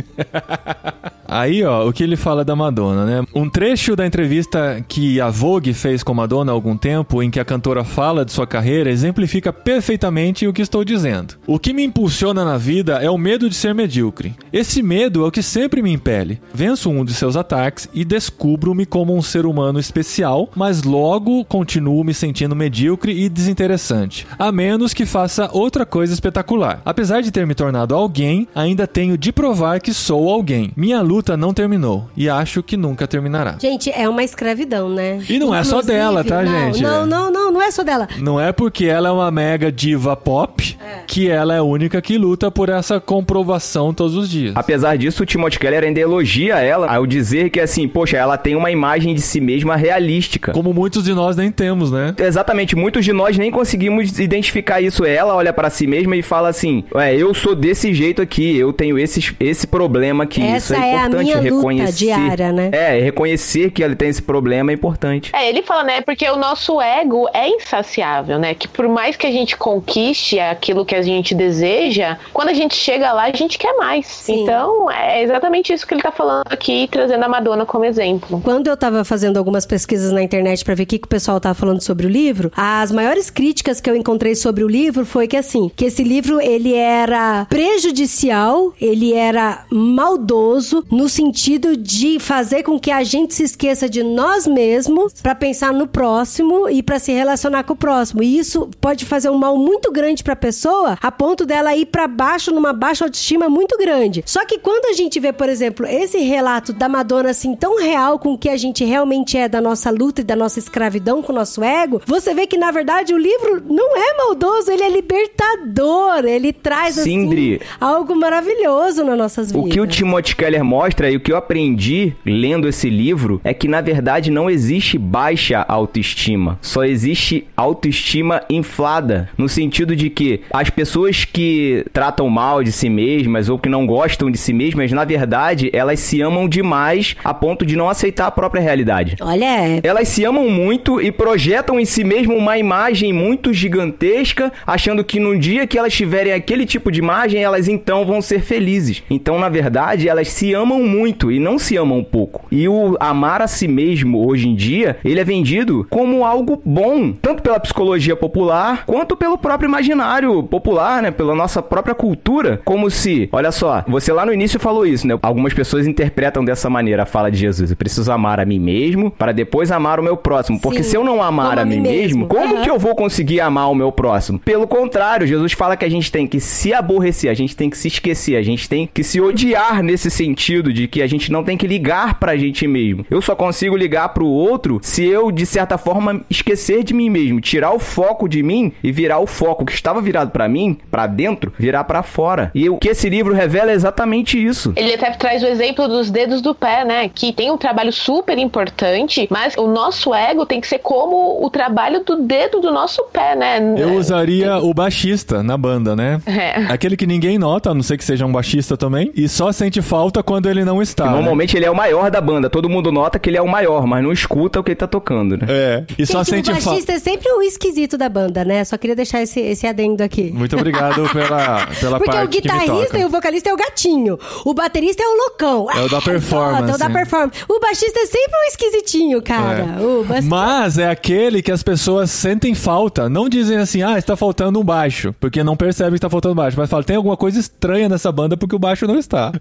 Speaker 2: Aí, ó, o que ele fala da Madonna, né? Um trecho da entrevista que a Vogue fez com Madonna há algum tempo, em que a cantora fala de sua carreira, exemplifica perfeitamente o que estou dizendo. O que me impulsiona na vida é o medo de ser medíocre. Esse medo é o que sempre me impele. Venço um de seus ataques e descubro-me como um ser humano especial, mas logo continuo me sentindo medíocre e desinteressante, a menos que faça outra coisa espetacular. Apesar de ter me tornado alguém, ainda tenho de provar que sou alguém. Minha luta não terminou e acho que nunca terminará.
Speaker 3: Gente, é uma escravidão, né?
Speaker 2: E não é só
Speaker 3: Inclusive,
Speaker 2: dela, tá,
Speaker 3: não,
Speaker 2: gente?
Speaker 3: Não, não, não, não é só dela.
Speaker 2: Não é porque ela é uma mega diva pop que ela é a única que luta por essa comprovação todos os dias.
Speaker 5: Apesar disso, o Timothy Keller ainda elogia ela ao dizer que, assim, poxa, ela tem uma imagem de si mesma realística.
Speaker 2: Como muitos de nós nem temos, né?
Speaker 5: Exatamente, muitos de nós nem conseguimos identificar isso. Ela olha pra si mesma e fala assim: "Ué, eu sou desse jeito aqui, eu tenho esses, esse problema aqui.
Speaker 3: Essa
Speaker 5: isso
Speaker 3: é
Speaker 5: é
Speaker 3: a
Speaker 5: importante
Speaker 3: minha luta
Speaker 5: reconhecer.
Speaker 3: diária, né?
Speaker 5: É, reconhecer que ela tem esse problema é importante.
Speaker 4: É, ele fala, né? Porque o nosso ego é insaciável, né? Que por mais que a gente conquiste aquilo que a gente deseja, quando a gente chega lá, a gente quer mais.
Speaker 3: Sim.
Speaker 4: Então, é exatamente isso que ele tá falando aqui, trazendo a Madonna como exemplo.
Speaker 3: Quando eu tava fazendo algumas pesquisas na internet pra ver o que, que o pessoal tava falando sobre o livro, as maiores críticas que eu encontrei sobre o livro foi que assim, que esse livro ele era prejudicial, ele era maldoso no sentido de fazer com que a gente se esqueça de nós mesmos pra pensar no próximo e pra se relacionar com o próximo. E isso pode fazer um mal muito grande pra pessoa, a ponto dela ir pra baixo numa baixa autoestima muito grande. Só que quando a gente vê, por exemplo, esse relato da Madonna assim tão real com o que a gente realmente é da nossa luta e da nossa escravidão com o nosso ego, você vê que na verdade o livro não é maldoso, ele é libertador, ele traz assim
Speaker 5: Sindri.
Speaker 3: algo maravilhoso nas nossas
Speaker 5: O
Speaker 3: vidas.
Speaker 5: que o Timothy Keller mostra e o que eu aprendi lendo esse livro é que na verdade não existe baixa autoestima, só existe autoestima inflada, no sentido de que as pessoas que tratam mal de si mesmas ou que não gostam de si mesmas, na verdade, elas se amam demais a ponto de não aceitar a própria realidade.
Speaker 3: Olha, é.
Speaker 5: Elas se amam muito e projetam em si mesmo uma imagem muito gigantesca, achando que num dia que elas tiverem aquele tipo de imagem, elas então vão ser felizes. Então, na verdade, elas se amam muito e não se amam pouco. E o amar a si mesmo hoje em dia, ele é vendido como algo bom, tanto pela psicologia popular quanto pelo próprio imaginário popular, né? Pela nossa própria cultura, como se, olha só, você lá no início falou isso, né? Algumas pessoas interpretam dessa maneira a fala de Jesus. Eu preciso amar a mim mesmo para depois amar o meu próximo. Porque
Speaker 3: Sim.
Speaker 5: se eu não amar
Speaker 3: Como
Speaker 5: a mim mesmo, como
Speaker 3: Aham.
Speaker 5: que eu vou conseguir amar o meu próximo? Pelo contrário, Jesus fala que a gente tem que se aborrecer, a gente tem que se esquecer, a gente tem que se odiar nesse sentido de que a gente não tem que ligar pra gente mesmo. Eu só consigo ligar pro outro se eu, de certa forma, esquecer de mim mesmo, tirar o foco de mim e virar o foco que estava virado pra mim, pra dentro, virar pra fora. E o que esse livro revela é exatamente isso.
Speaker 4: Ele até traz o exemplo dos dedos do pé, né? Que tem um trabalho super importante, mas o nosso ego tem que ser como o trabalho do dedo do nosso pé, né?
Speaker 3: É.
Speaker 2: Eu usaria o baixista na banda, né?
Speaker 4: É.
Speaker 2: Aquele que ninguém nota, a não ser que seja um baixista também, e só sente falta quando ele não está. né?
Speaker 5: Normalmente ele é o maior da banda, todo mundo nota que ele é o maior, mas não escuta o que ele tá tocando, né?
Speaker 2: É. E só
Speaker 3: Gente,
Speaker 2: sente
Speaker 3: o
Speaker 2: falta.
Speaker 3: baixista é sempre o esquisito da banda, né? Só queria deixar esse, esse adendo aqui.
Speaker 2: Muito obrigado pela, pela
Speaker 3: Porque é o
Speaker 2: parte que me
Speaker 3: guitarrista
Speaker 2: toca.
Speaker 3: e o vocalista é o gatinho. O baterista é o loucão.
Speaker 2: É o da
Speaker 3: Ah,
Speaker 2: performance,
Speaker 3: foda, É o da
Speaker 2: né?
Speaker 3: performance. O baixista é sempre um esquisitinho, cara.
Speaker 2: É.
Speaker 3: O bas-
Speaker 2: Mas é aquele que as pessoas sentem falta. Não dizem assim, ah, está faltando um baixo. Porque não percebem que está faltando um baixo. Mas falam, tem alguma coisa estranha nessa banda porque o baixo não está.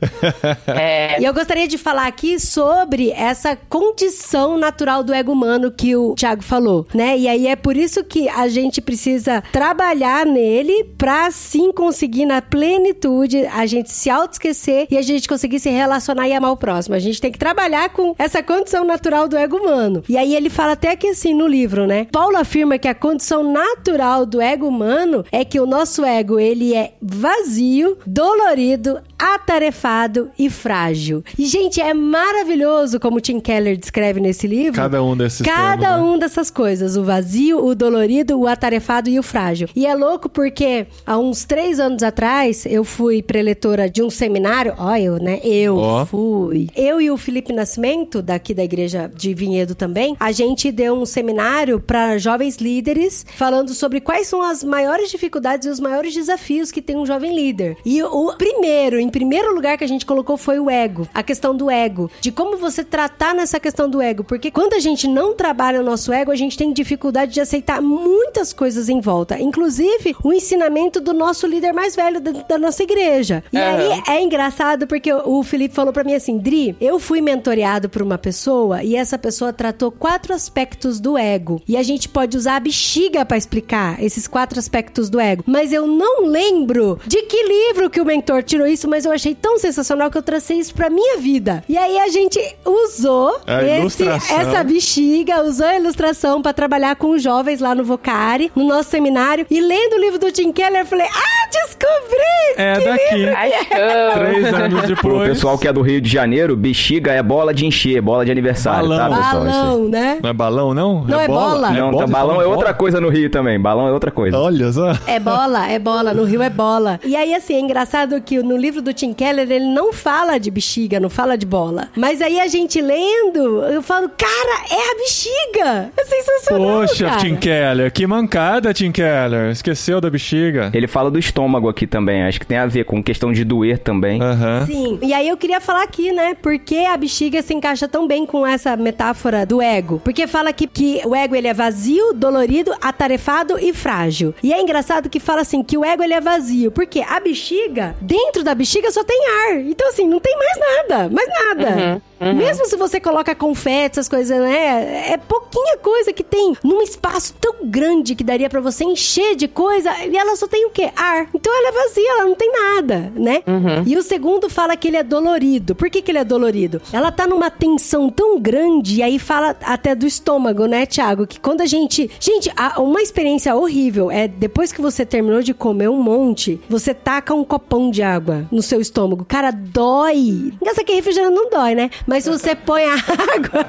Speaker 3: E eu gostaria de falar aqui sobre essa condição natural do ego humano que o Thiago falou, né? E aí é por isso que a gente precisa trabalhar nele pra sim conseguir na plenitude a gente se autoesquecer e a gente conseguir se relacionar e amar o próximo. A gente tem que trabalhar com essa condição natural do ego humano. E aí ele fala até que assim no livro, né? Paulo afirma que a condição natural do ego humano é que o nosso ego ele é vazio, dolorido, atarefado e frágil. E, gente, é maravilhoso como o Tim Keller descreve nesse livro.
Speaker 2: Cada um desses
Speaker 3: Cada
Speaker 2: termos, né?
Speaker 3: um dessas coisas. O vazio, o dolorido, o atarefado e o frágil. E é louco porque há uns três anos atrás eu fui preletora de um seminário. Ó, eu, né? Eu
Speaker 2: Ó.
Speaker 3: fui. Eu e o Felipe Nascimento, daqui da igreja de Vinhedo também, a gente deu um seminário para jovens líderes falando sobre quais são as maiores dificuldades e os maiores desafios que tem um jovem líder. E o primeiro, em primeiro lugar que a gente colocou foi o ego, a questão do ego, de como você tratar nessa questão do ego, porque quando a gente não trabalha o nosso ego, a gente tem dificuldade de aceitar muitas coisas em volta, inclusive o ensinamento do nosso líder mais velho da, da nossa igreja. E aí é engraçado porque o Felipe falou pra mim assim, Dri, eu fui mentoreado por uma pessoa e essa pessoa tratou quatro aspectos do ego. E a gente pode usar a bexiga pra explicar esses quatro aspectos do ego. Mas eu não lembro de que livro que o mentor tirou isso, mas eu achei tão sensacional que eu tracei isso pra minha vida. E aí a gente usou
Speaker 2: É A
Speaker 3: esse,
Speaker 2: ilustração.
Speaker 3: essa bexiga, usou a ilustração pra trabalhar com os jovens lá no Vocari, no nosso seminário. E lendo o livro do Tim Keller, eu falei, ah, descobri!
Speaker 2: É daqui.
Speaker 4: Achou.
Speaker 2: Três anos
Speaker 5: Pro
Speaker 2: depois.
Speaker 5: pessoal que é do Rio de Janeiro, bexiga é bola de encher, bola de aniversário,
Speaker 2: Balão.
Speaker 5: tá, pessoal? Isso
Speaker 3: Balão, né?
Speaker 2: Não é balão, não?
Speaker 3: Não, é bola.
Speaker 5: aí. Não, tá,
Speaker 2: Você
Speaker 5: balão
Speaker 2: fala
Speaker 5: é
Speaker 2: bola? Então.
Speaker 5: outra coisa no Rio também. Balão é outra coisa.
Speaker 2: Olha só.
Speaker 3: É bola, é bola. No Rio é bola. E aí, assim, é engraçado que no livro do Tim Keller ele não fala de bexiga, não fala de bola. Mas aí a gente lendo, eu falo, cara, é a bexiga! É sensacional!
Speaker 2: Poxa,
Speaker 3: cara.
Speaker 2: Tim Keller. Que mancada, Tim Keller. Esqueceu da bexiga.
Speaker 5: Ele fala do estômago aqui também. Acho que tem a ver com questão de doer também.
Speaker 2: Aham.
Speaker 3: Sim. E aí eu queria falar aqui, né? Por que a bexiga se encaixa tão bem com essa metáfora do ego? Porque fala aqui que o ego ele é vazio, dolorido, atarefado e frágil. E é engraçado que fala assim que o ego ele é vazio, porque a bexiga, dentro da bexiga só tem ar. Então assim, não tem mais nada, mais nada. Mesmo se você coloca confetes, essas coisas, né? É pouquinha coisa que tem num espaço tão grande que daria pra você encher de coisa e ela só tem o quê? Ar. Então ela é vazia, ela não tem nada, né? E o segundo fala que ele é dolorido. Por que, que ele é dolorido? Ela tá numa tensão tão grande e aí fala até do estômago, né, Thiago? Que quando a gente. Gente, a- uma experiência horrível é depois que você terminou de comer um monte, você taca um copão de água no seu estômago. Cara, dói. Engraçado que refrigerante não dói, né? Mas se você põe a água.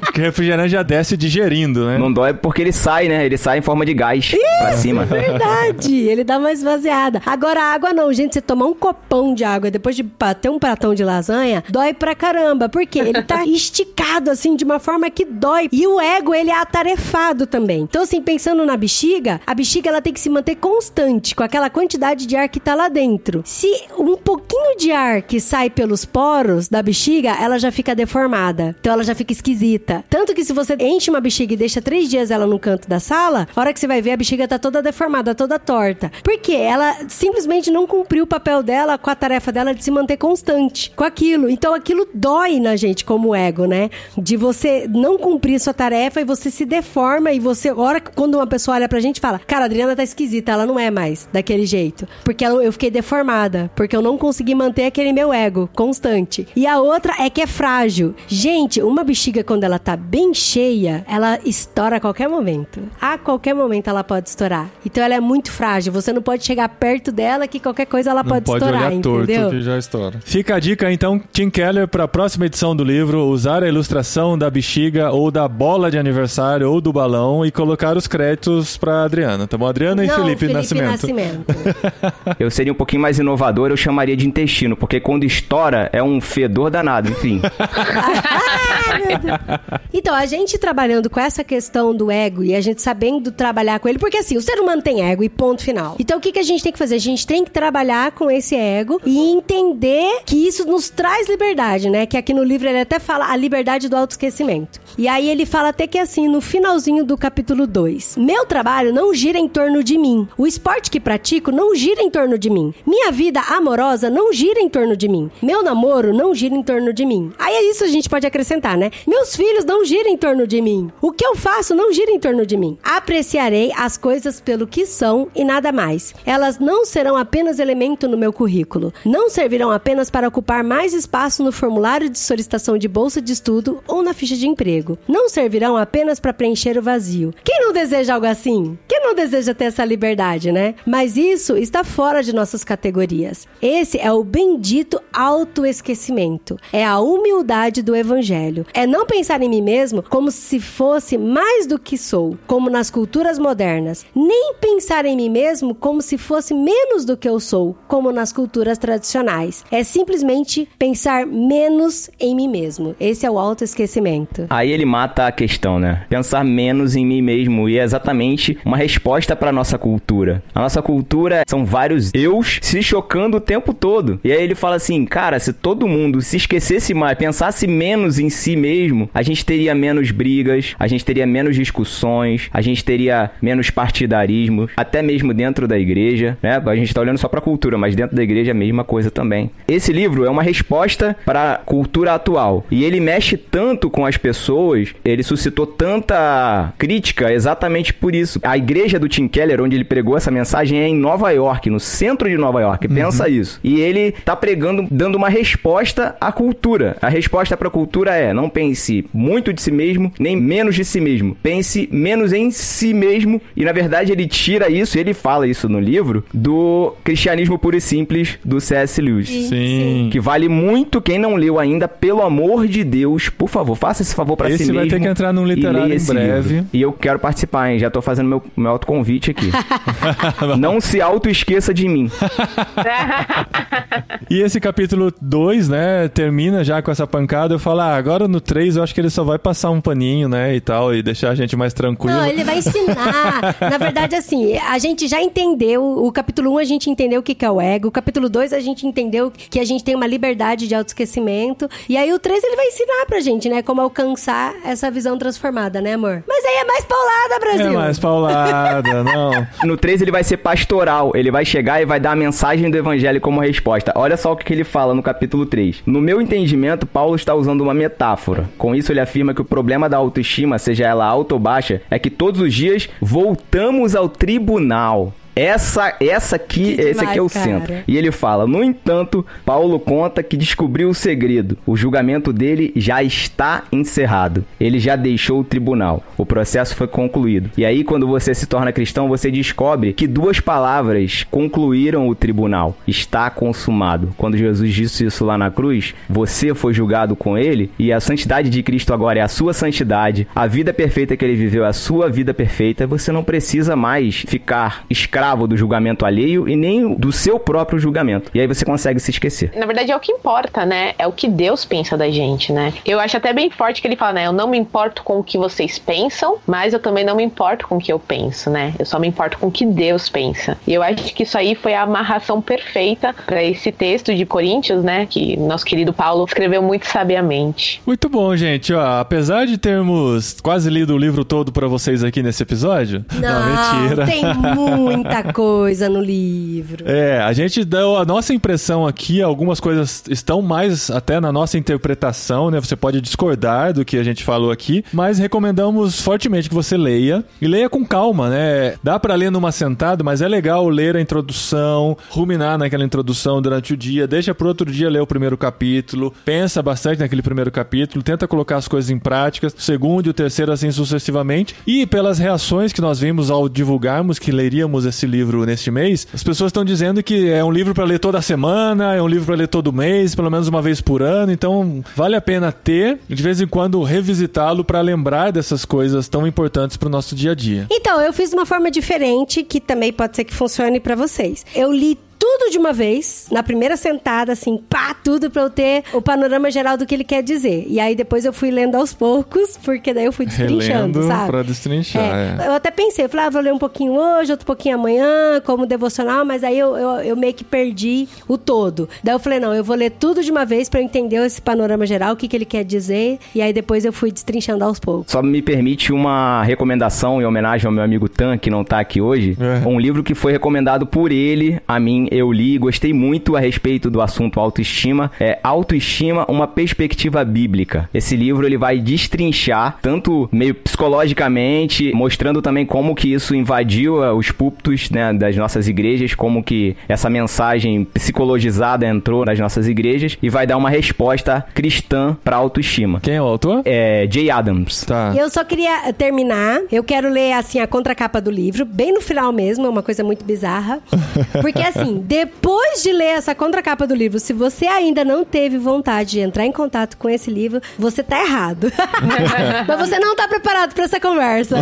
Speaker 2: Porque refrigerante já desce digerindo, né?
Speaker 5: Não dói porque ele sai, né? Ele sai em forma de gás pra cima.
Speaker 3: Verdade, ele dá uma esvaziada. Agora, a água não, gente. Você tomar um copão de água depois de bater um pratão de lasanha, dói pra caramba. Por quê? Ele tá esticado, assim, de uma forma que dói. E o ego, ele é atarefado também. Então, assim, pensando na bexiga, a bexiga, ela tem que se manter constante com aquela quantidade de ar que tá lá dentro. Se um pouquinho de ar que sai pelos poros da bexiga, ela já fica deformada. Então, ela já fica esquisita. Tanto que se você enche uma bexiga e deixa três dias ela no canto da sala, a hora que você vai ver, a bexiga tá toda deformada, toda torta. Porque ela simplesmente não cumpriu o papel dela com a tarefa dela de se manter constante com aquilo. Então aquilo dói na gente como ego, né? De você não cumprir sua tarefa e você se deforma e você, a hora que quando uma pessoa olha pra gente fala: "Cara, a Adriana tá esquisita, ela não é mais daquele jeito". Porque ela- eu fiquei deformada, porque eu não consegui manter aquele meu ego constante. E a outra é que é frágil. Gente, uma bexiga quando ela tá bem cheia, ela estoura a qualquer momento. A qualquer momento ela pode estourar. Então ela é muito frágil. Você não pode chegar perto dela que qualquer coisa ela
Speaker 2: Não
Speaker 3: pode, estourar,
Speaker 2: olhar
Speaker 3: entendeu?
Speaker 2: torto que já estoura. Fica a dica, então, Tim Keller, para a próxima edição do livro, usar a ilustração da bexiga ou da bola de aniversário ou do balão e colocar os créditos para Adriana, tá bom? Adriana e
Speaker 3: não,
Speaker 2: Felipe, Nascimento.
Speaker 5: Eu seria um pouquinho mais inovador, eu chamaria de intestino, porque quando estoura é um fedor danado, enfim.
Speaker 3: Ah, meu Deus. então, a gente trabalhando com essa questão do ego e a gente sabendo trabalhar com ele, porque assim, o ser humano tem ego e ponto final. Então, o que, que a gente tem que fazer? A gente tem que trabalhar com esse ego e entender que isso nos traz liberdade, né? Que aqui no livro ele até fala a liberdade do autoesquecimento. E aí ele fala até que assim, no finalzinho do capítulo 2, meu trabalho não gira em torno de mim. O esporte que pratico não gira em torno de mim. Minha vida amorosa não gira em torno de mim. Meu namoro não gira em torno de mim. Aí é isso a gente pode acrescentar, né? Meus filhos não giram em torno de mim. O que eu faço não gira em torno de mim. Apreciarei as coisas pelo que são e nada mais. Elas não serão apenas elemento no meu currículo. Não servirão apenas para ocupar mais espaço no formulário de solicitação de bolsa de estudo ou na ficha de emprego. Não servirão apenas para preencher o vazio. Quem não deseja algo assim? Quem não deseja ter essa liberdade, né? Mas isso está fora de nossas categorias. Esse é o bendito autoesquecimento. É a humildade do evangelho. É não pensar em mim mesmo como se fosse mais do que sou, como nas culturas modernas. Nem pensar em mim mesmo como se fosse menos do que eu sou, como nas culturas tradicionais. É simplesmente pensar menos em mim mesmo. Esse é o autoesquecimento.
Speaker 5: Aí ele mata a questão, né? Pensar menos em mim mesmo e é exatamente uma resposta pra nossa cultura. A nossa cultura são vários eus se chocando o tempo todo. E aí ele fala assim, cara, se todo mundo se esquecesse mais, pensasse menos em si mesmo, a gente teria menos brigas, a gente teria menos discussões, a gente teria menos partidarismo, até mesmo dentro da igreja, né? A gente tá olhando só pra cultura, mas dentro da igreja é a mesma coisa também. Esse livro é uma resposta para a cultura atual. E ele mexe tanto com as pessoas, ele suscitou tanta crítica exatamente por isso. A igreja do Tim Keller, onde ele pregou essa mensagem, é em Nova York, no centro de Nova York. Pensa isso. E ele tá pregando, dando uma resposta à cultura. A resposta para a cultura é: não pense muito de si mesmo, nem menos de si mesmo. Pense menos em si mesmo. E na verdade ele tira isso, ele fala isso no livro, do cristianismo puro e simples do C.S. Lewis.
Speaker 2: Sim.
Speaker 5: Que vale muito quem não leu ainda, pelo amor de Deus, por favor, faça esse favor pra
Speaker 2: Esse
Speaker 5: si mesmo.
Speaker 2: vai ter que entrar num
Speaker 5: e
Speaker 2: literário
Speaker 5: leia
Speaker 2: em
Speaker 5: esse
Speaker 2: breve.
Speaker 5: livro. E eu quero participar, hein? Já tô fazendo meu, meu autoconvite aqui. não se auto-esqueça de mim.
Speaker 2: E esse capítulo 2, né, termina já com essa pancada. Eu falo, ah, agora no 3 eu acho que ele só vai passar um paninho, né, e tal, e deixar a gente mais tranquilo.
Speaker 3: Não, ele vai ensinar. Na verdade, assim, a gente já entendeu. O capítulo 1 a gente entendeu o que que é o ego. O capítulo 2 a gente entendeu que a gente tem uma liberdade de autoesquecimento. E aí o 3 ele vai ensinar pra gente, né? Como alcançar essa visão transformada, né, amor? Mas aí é mais paulada,
Speaker 2: É
Speaker 3: Brasil.
Speaker 2: mais paulada, não.
Speaker 5: No 3 ele vai ser pastoral, ele vai chegar e vai dar a mensagem do evangelho como resposta. Olha só o que que ele fala no capítulo 3. No meu entendimento, Paulo está usando uma metáfora. Com isso ele afirma que o problema da autoestima, seja ela alta ou baixa, é que todos os dias voltamos ao tribunal. Essa, essa aqui,
Speaker 3: Que
Speaker 5: esse aqui é o
Speaker 3: demais, cara.
Speaker 5: centro. E ele fala: No entanto, Paulo conta que descobriu o segredo. O julgamento dele já está encerrado. Ele já deixou o tribunal. O processo foi concluído. E aí, quando você se torna cristão, você descobre que duas palavras concluíram o tribunal: está consumado. Quando Jesus disse isso lá na cruz, você foi julgado com ele e a santidade de Cristo agora é a sua santidade. A vida perfeita que ele viveu é a sua vida perfeita. Você não precisa mais ficar escravo do julgamento alheio e nem do seu próprio julgamento. E aí você consegue se esquecer.
Speaker 4: Na verdade, é o que importa, né? É o que Deus pensa da gente, né? Eu acho até bem forte que ele fala, né? Eu não me importo com o que vocês pensam, mas eu também não me importo com o que eu penso, né? Eu só me importo com o que Deus pensa. E eu acho que isso aí foi a amarração perfeita para esse texto de Coríntios, né? Que nosso querido Paulo escreveu muito sabiamente.
Speaker 2: Muito bom, gente. Ó, apesar de termos quase lido o livro todo pra vocês aqui nesse episódio. mentira.
Speaker 3: tem muita coisa no livro.
Speaker 2: É, a gente deu a nossa impressão aqui, algumas coisas estão mais até na nossa interpretação, né? Você pode discordar do que a gente falou aqui, mas recomendamos fortemente que você leia e leia com calma, né? Dá pra ler numa sentada, mas é legal ler a introdução, ruminar naquela introdução durante o dia, deixa pro outro dia ler o primeiro capítulo, pensa bastante naquele primeiro capítulo, tenta colocar as coisas em práticas, o segundo e o terceiro assim sucessivamente. E pelas reações que nós vimos ao divulgarmos que leríamos esse livro neste mês, as pessoas estão dizendo que é um livro para ler toda semana, é um livro para ler todo mês, pelo menos uma vez por ano, então vale a pena ter, e de vez em quando revisitá-lo para lembrar dessas coisas tão importantes para o nosso dia a dia.
Speaker 3: Então, eu fiz de uma forma diferente, que também pode ser que funcione pra vocês. Eu li tudo de uma vez, na primeira sentada, assim, pá, tudo pra eu ter o panorama geral do que ele quer dizer. E aí depois eu fui lendo aos poucos, porque daí eu fui destrinchando,
Speaker 2: Relendo
Speaker 3: sabe?
Speaker 2: para destrinchar. é.
Speaker 3: É, Eu até pensei, eu falei, ah, vou ler um pouquinho hoje, outro pouquinho amanhã, como devocional, mas aí eu, eu, eu meio que perdi o todo. Daí eu falei, não, eu vou ler tudo de uma vez pra eu entender esse panorama geral, o que, que ele quer dizer, e aí depois eu fui destrinchando aos poucos.
Speaker 5: Só me permite uma recomendação em homenagem ao meu amigo Tan, que não tá aqui hoje.
Speaker 2: É.
Speaker 5: Um livro que foi recomendado por ele, a mim, eu li, gostei muito a respeito do assunto autoestima. É Autoestima, uma perspectiva bíblica. Esse livro ele vai destrinchar, tanto meio psicologicamente, mostrando também como que isso invadiu eh, os púlpitos né, das nossas igrejas, como que essa mensagem psicologizada entrou nas nossas igrejas e vai dar uma resposta cristã pra autoestima.
Speaker 2: Quem é o autor?
Speaker 5: É Jay Adams.
Speaker 2: Tá.
Speaker 3: E eu só queria terminar, eu quero ler assim a contracapa do livro, bem no final mesmo, é uma coisa muito bizarra. Porque assim, depois de ler essa contracapa do livro, se você ainda não teve vontade de entrar em contato com esse livro, você tá errado. Mas você não tá preparado pra essa conversa.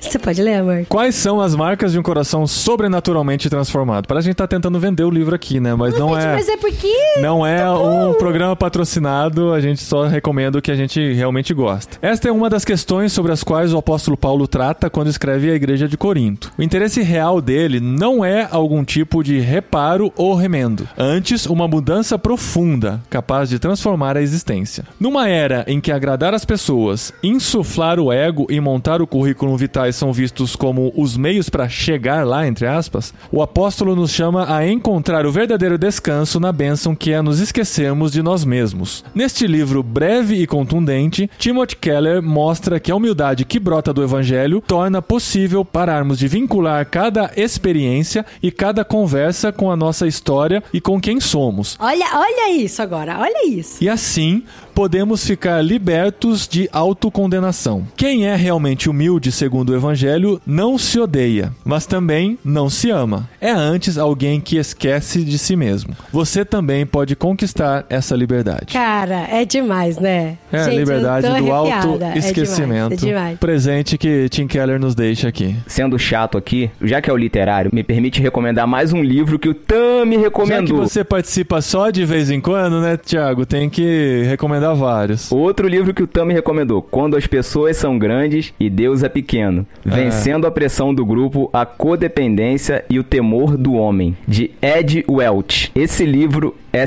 Speaker 3: você pode ler, amor?
Speaker 2: Quais são as marcas de um coração sobrenaturalmente transformado? Parece que a gente tá tentando vender o livro aqui, né? Mas não
Speaker 3: Gente,
Speaker 2: é.
Speaker 3: Mas é porque.
Speaker 2: Não é
Speaker 3: Tá bom.
Speaker 2: um programa patrocinado, a gente só recomenda o que a gente realmente gosta. Esta é uma das questões sobre as quais o apóstolo Paulo trata quando escreve a igreja de Corinto. O interesse real dele não é algum tipo de reparo ou remendo, antes uma mudança profunda, capaz de transformar a existência. Numa era em que agradar as pessoas, insuflar o ego e montar o currículo vitais são vistos como os meios para chegar lá, entre aspas, o apóstolo nos chama a encontrar o verdadeiro descanso na bênção que é nos esquecermos de nós mesmos. Neste livro breve e contundente, Timothy Keller mostra que a humildade que brota do evangelho torna possível pararmos de vincular cada experiência e cada conversa com a nossa história e com quem somos.
Speaker 3: Olha, olha isso agora, olha isso.
Speaker 2: E assim, podemos ficar libertos de autocondenação. Quem é realmente humilde, segundo o Evangelho, não se odeia, mas também não se ama. É antes alguém que esquece de si mesmo. Você também pode conquistar essa liberdade.
Speaker 3: Cara, é demais, né?
Speaker 2: É a
Speaker 3: Gente, eu
Speaker 2: liberdade
Speaker 3: tô
Speaker 2: do
Speaker 3: arrepiada.
Speaker 2: autoesquecimento.
Speaker 3: É demais, é demais.
Speaker 2: Presente que Tim Keller nos deixa aqui.
Speaker 5: sendo chato aqui, já que é o literário, me permite recomendar mais um livro que o Tam me
Speaker 2: Já que
Speaker 5: recomendou.
Speaker 2: você participa só de vez em quando, né, Thiago? Tem que recomendar vários.
Speaker 5: Outro livro que o Tam me recomendou, Quando as Pessoas São Grandes e Deus é Pequeno.
Speaker 2: Ah.
Speaker 5: Vencendo a pressão do grupo, a codependência e o temor do homem, de Ed Welch. Esse livro é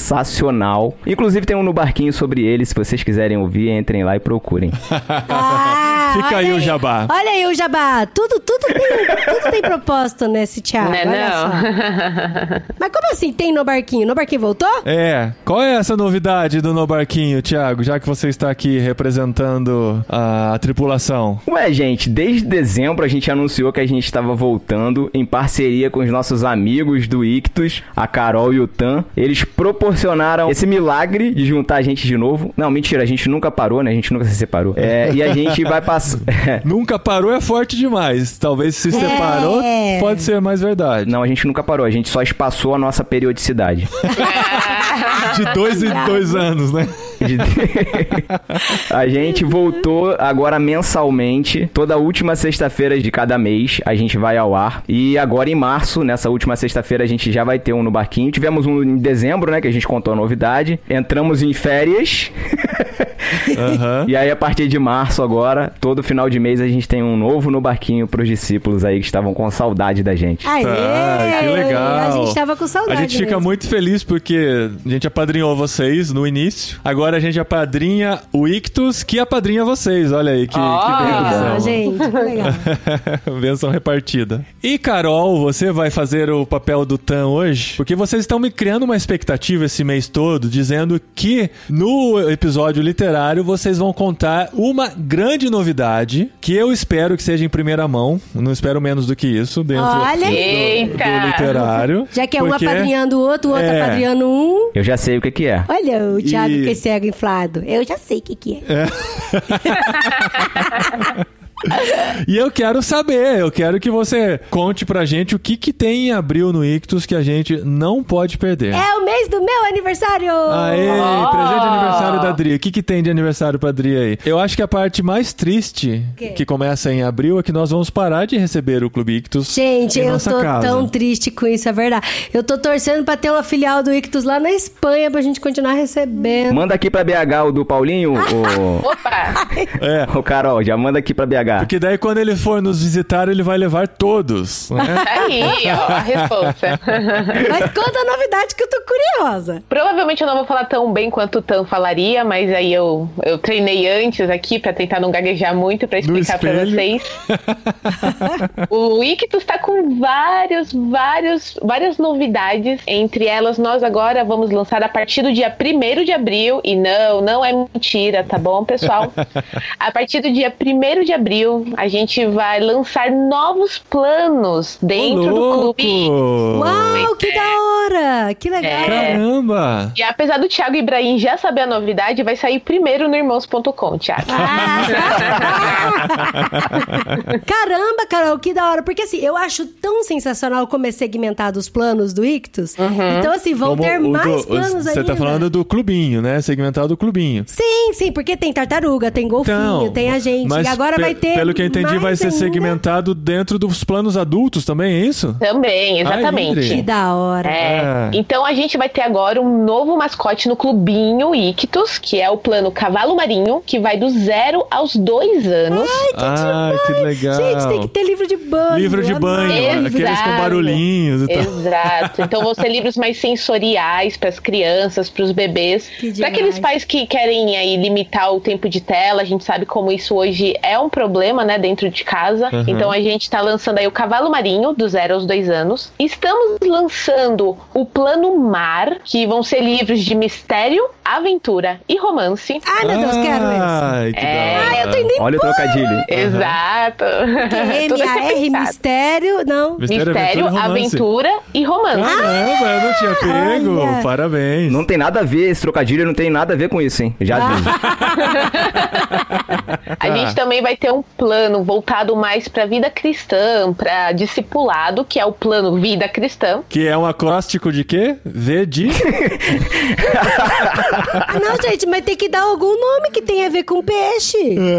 Speaker 5: sensacional. Inclusive tem um no barquinho sobre ele, se vocês quiserem ouvir, entrem lá e procurem.
Speaker 3: Ah,
Speaker 2: Fica
Speaker 3: olha
Speaker 2: aí o jabá.
Speaker 3: Olha aí o jabá. Tudo, tudo, tem, tudo tem propósito nesse Thiago.
Speaker 4: Né,
Speaker 3: olha só.
Speaker 4: não?
Speaker 3: Mas como assim tem no barquinho? No barquinho voltou?
Speaker 2: É, qual é essa novidade do No Barquinho, Thiago, já que você está aqui representando a, tripulação?
Speaker 5: Ué, gente, desde dezembro a gente anunciou que a gente estava voltando em parceria com os nossos amigos do Ictus, a Carol e o Tan. Eles proporcionaram esse milagre de juntar a gente de novo. Não, mentira, a gente nunca parou, né? A gente nunca se separou. É, e a gente vai passar.
Speaker 2: Nunca parou é forte demais. Talvez
Speaker 3: É.
Speaker 2: se separou, pode ser mais verdade.
Speaker 5: Não, a gente nunca parou, a gente só espaçou a nossa periodicidade.
Speaker 2: De dois em dois anos, né?
Speaker 5: De- a gente voltou agora mensalmente. Toda última sexta-feira de cada mês a gente vai ao ar. E agora em março, nessa última sexta-feira, a gente já vai ter um no barquinho. Tivemos um em dezembro, né? Que a gente contou a novidade. Entramos em férias.
Speaker 2: Aham.
Speaker 5: E aí, a partir de março agora, todo final de mês, a gente tem um novo no barquinho pros discípulos aí que estavam com saudade da gente.
Speaker 3: Aê!
Speaker 2: Tá, que legal.
Speaker 3: É. A gente tava com saudade.
Speaker 2: A gente fica
Speaker 3: mesmo.
Speaker 2: muito feliz porque a gente apadrinhou vocês no início. Agora a gente apadrinha o Ictus, que apadrinha vocês. Olha aí que,
Speaker 4: Ó.
Speaker 2: que
Speaker 3: Ah,
Speaker 2: benção.
Speaker 3: gente, que legal.
Speaker 2: Benção repartida. E Carol, você vai fazer o papel do Tan hoje? Porque vocês estão me criando uma expectativa esse mês todo, dizendo que no episódio literário vocês vão contar uma grande novidade que eu espero que seja em primeira mão. Não espero menos do que isso dentro
Speaker 3: Olha.
Speaker 2: do, do
Speaker 4: Eita.
Speaker 2: literário.
Speaker 3: Já que é um
Speaker 2: Porque-
Speaker 3: apadrinhando o outro, o outro
Speaker 2: É.
Speaker 3: apadrinhando um.
Speaker 5: Eu já sei o que que é.
Speaker 3: Olha o Thiago
Speaker 2: E-
Speaker 3: com esse ego inflado. Eu já sei o que, que é.
Speaker 2: E eu quero saber, eu quero que você conte pra gente o que que tem em abril no Ictus que a gente não pode perder.
Speaker 3: É o mês do meu aniversário!
Speaker 2: Aê,
Speaker 4: Ó.
Speaker 2: presente de aniversário da Dri. O que, que tem de aniversário pra Dri aí? Eu acho que a parte mais triste,
Speaker 3: quê?
Speaker 2: que começa em abril, é que nós vamos parar de receber o Clube Ictus.
Speaker 3: Gente,
Speaker 2: em
Speaker 3: eu
Speaker 2: nossa
Speaker 3: tô
Speaker 2: casa.
Speaker 3: tão triste com isso, é verdade. Eu tô torcendo pra ter uma filial do Ictus lá na Espanha pra gente continuar recebendo.
Speaker 5: Manda aqui pra BH o do Paulinho, o.
Speaker 4: Opa!
Speaker 2: É.
Speaker 5: Ô, Carol, já manda aqui pra BH.
Speaker 2: Porque daí, quando ele for nos visitar, ele vai levar todos, né?
Speaker 4: Tá Aí, ó, a resposta.
Speaker 3: Mas conta a novidade que eu tô curiosa.
Speaker 4: Provavelmente eu não vou falar tão bem quanto o Tan falaria, mas aí eu, eu treinei antes aqui pra tentar não gaguejar muito pra
Speaker 2: No
Speaker 4: explicar pra
Speaker 2: espelho.
Speaker 4: vocês. o Ictus tá com vários, vários, várias novidades. Entre elas, nós agora vamos lançar a partir do dia 1 de abril. E não, não é mentira, tá bom, pessoal? a partir do dia 1 de abril, a gente vai lançar novos planos dentro do clube.
Speaker 3: Uau, que da hora! Que legal!
Speaker 4: É.
Speaker 2: Caramba!
Speaker 4: E apesar do Thiago Ibrahim já saber a novidade, vai sair primeiro no irmãos.com, Thiago.
Speaker 3: Ah. Caramba, Carol, que da hora. Porque assim, eu acho tão sensacional como é segmentado os planos do Ictus. Então, assim, vão
Speaker 2: Como
Speaker 3: ter
Speaker 2: o do-
Speaker 3: mais
Speaker 2: os-
Speaker 3: planos ainda.
Speaker 2: Você tá falando do clubinho, né? Segmentado do clubinho.
Speaker 3: Sim, sim, porque tem tartaruga, tem golfinho, tem a gente.
Speaker 2: Então, mas
Speaker 3: e agora
Speaker 2: pe-
Speaker 3: vai ter.
Speaker 2: Pelo que eu entendi,
Speaker 3: mais
Speaker 2: vai ser
Speaker 3: ainda.
Speaker 2: segmentado dentro dos planos adultos também, é isso?
Speaker 4: Também,
Speaker 2: livre.
Speaker 3: Que
Speaker 4: exatamente.
Speaker 3: da hora.
Speaker 4: É.
Speaker 2: Ah.
Speaker 4: Então a gente vai ter agora um novo mascote no clubinho Ictus, que é o plano Cavalo Marinho, que vai do zero aos dois anos.
Speaker 2: Ah, que legal.
Speaker 3: Gente, tem que ter livro de banho.
Speaker 2: Livro de
Speaker 3: Eu
Speaker 2: banho,
Speaker 3: adoro.
Speaker 4: Exato.
Speaker 2: aqueles com barulhinhos e tal.
Speaker 4: Exato. Então vão ser livros mais sensoriais para as crianças, para os bebês.
Speaker 3: Que
Speaker 4: Para aqueles
Speaker 3: demais.
Speaker 4: pais que querem aí limitar o tempo de tela, a gente sabe como isso hoje é um problema, né, dentro de casa.
Speaker 2: Uhum.
Speaker 4: Então a gente tá lançando aí o Cavalo Marinho, do zero aos dois anos. Estamos lançando o Plano Mar, que vão ser livros de mistério, aventura e romance.
Speaker 3: Ai, Ah, meu Deus, quero esse.
Speaker 2: Ai, que
Speaker 4: É.
Speaker 2: da hora.
Speaker 4: Ah,
Speaker 3: Eu tô indo
Speaker 5: Olha o trocadilho.
Speaker 4: Exato. Tudo isso é
Speaker 3: M-A-R,
Speaker 4: pensado.
Speaker 3: mistério. Não.
Speaker 2: Mistério,
Speaker 4: Mistério,
Speaker 2: aventura, romance.
Speaker 4: aventura e romance.
Speaker 3: Ah,
Speaker 2: Caramba, eu não tinha pego.
Speaker 3: olha.
Speaker 2: Parabéns.
Speaker 5: Não tem nada a ver, esse trocadilho não tem nada a ver com isso, hein? Já vi.
Speaker 4: A gente
Speaker 3: Ah.
Speaker 4: também vai ter um plano voltado mais para vida cristã, para discipulado, que é o plano vida cristã.
Speaker 2: Que é um acróstico de quê? V de...
Speaker 3: Ah, não, gente, mas tem que dar algum nome que tenha a ver com peixe.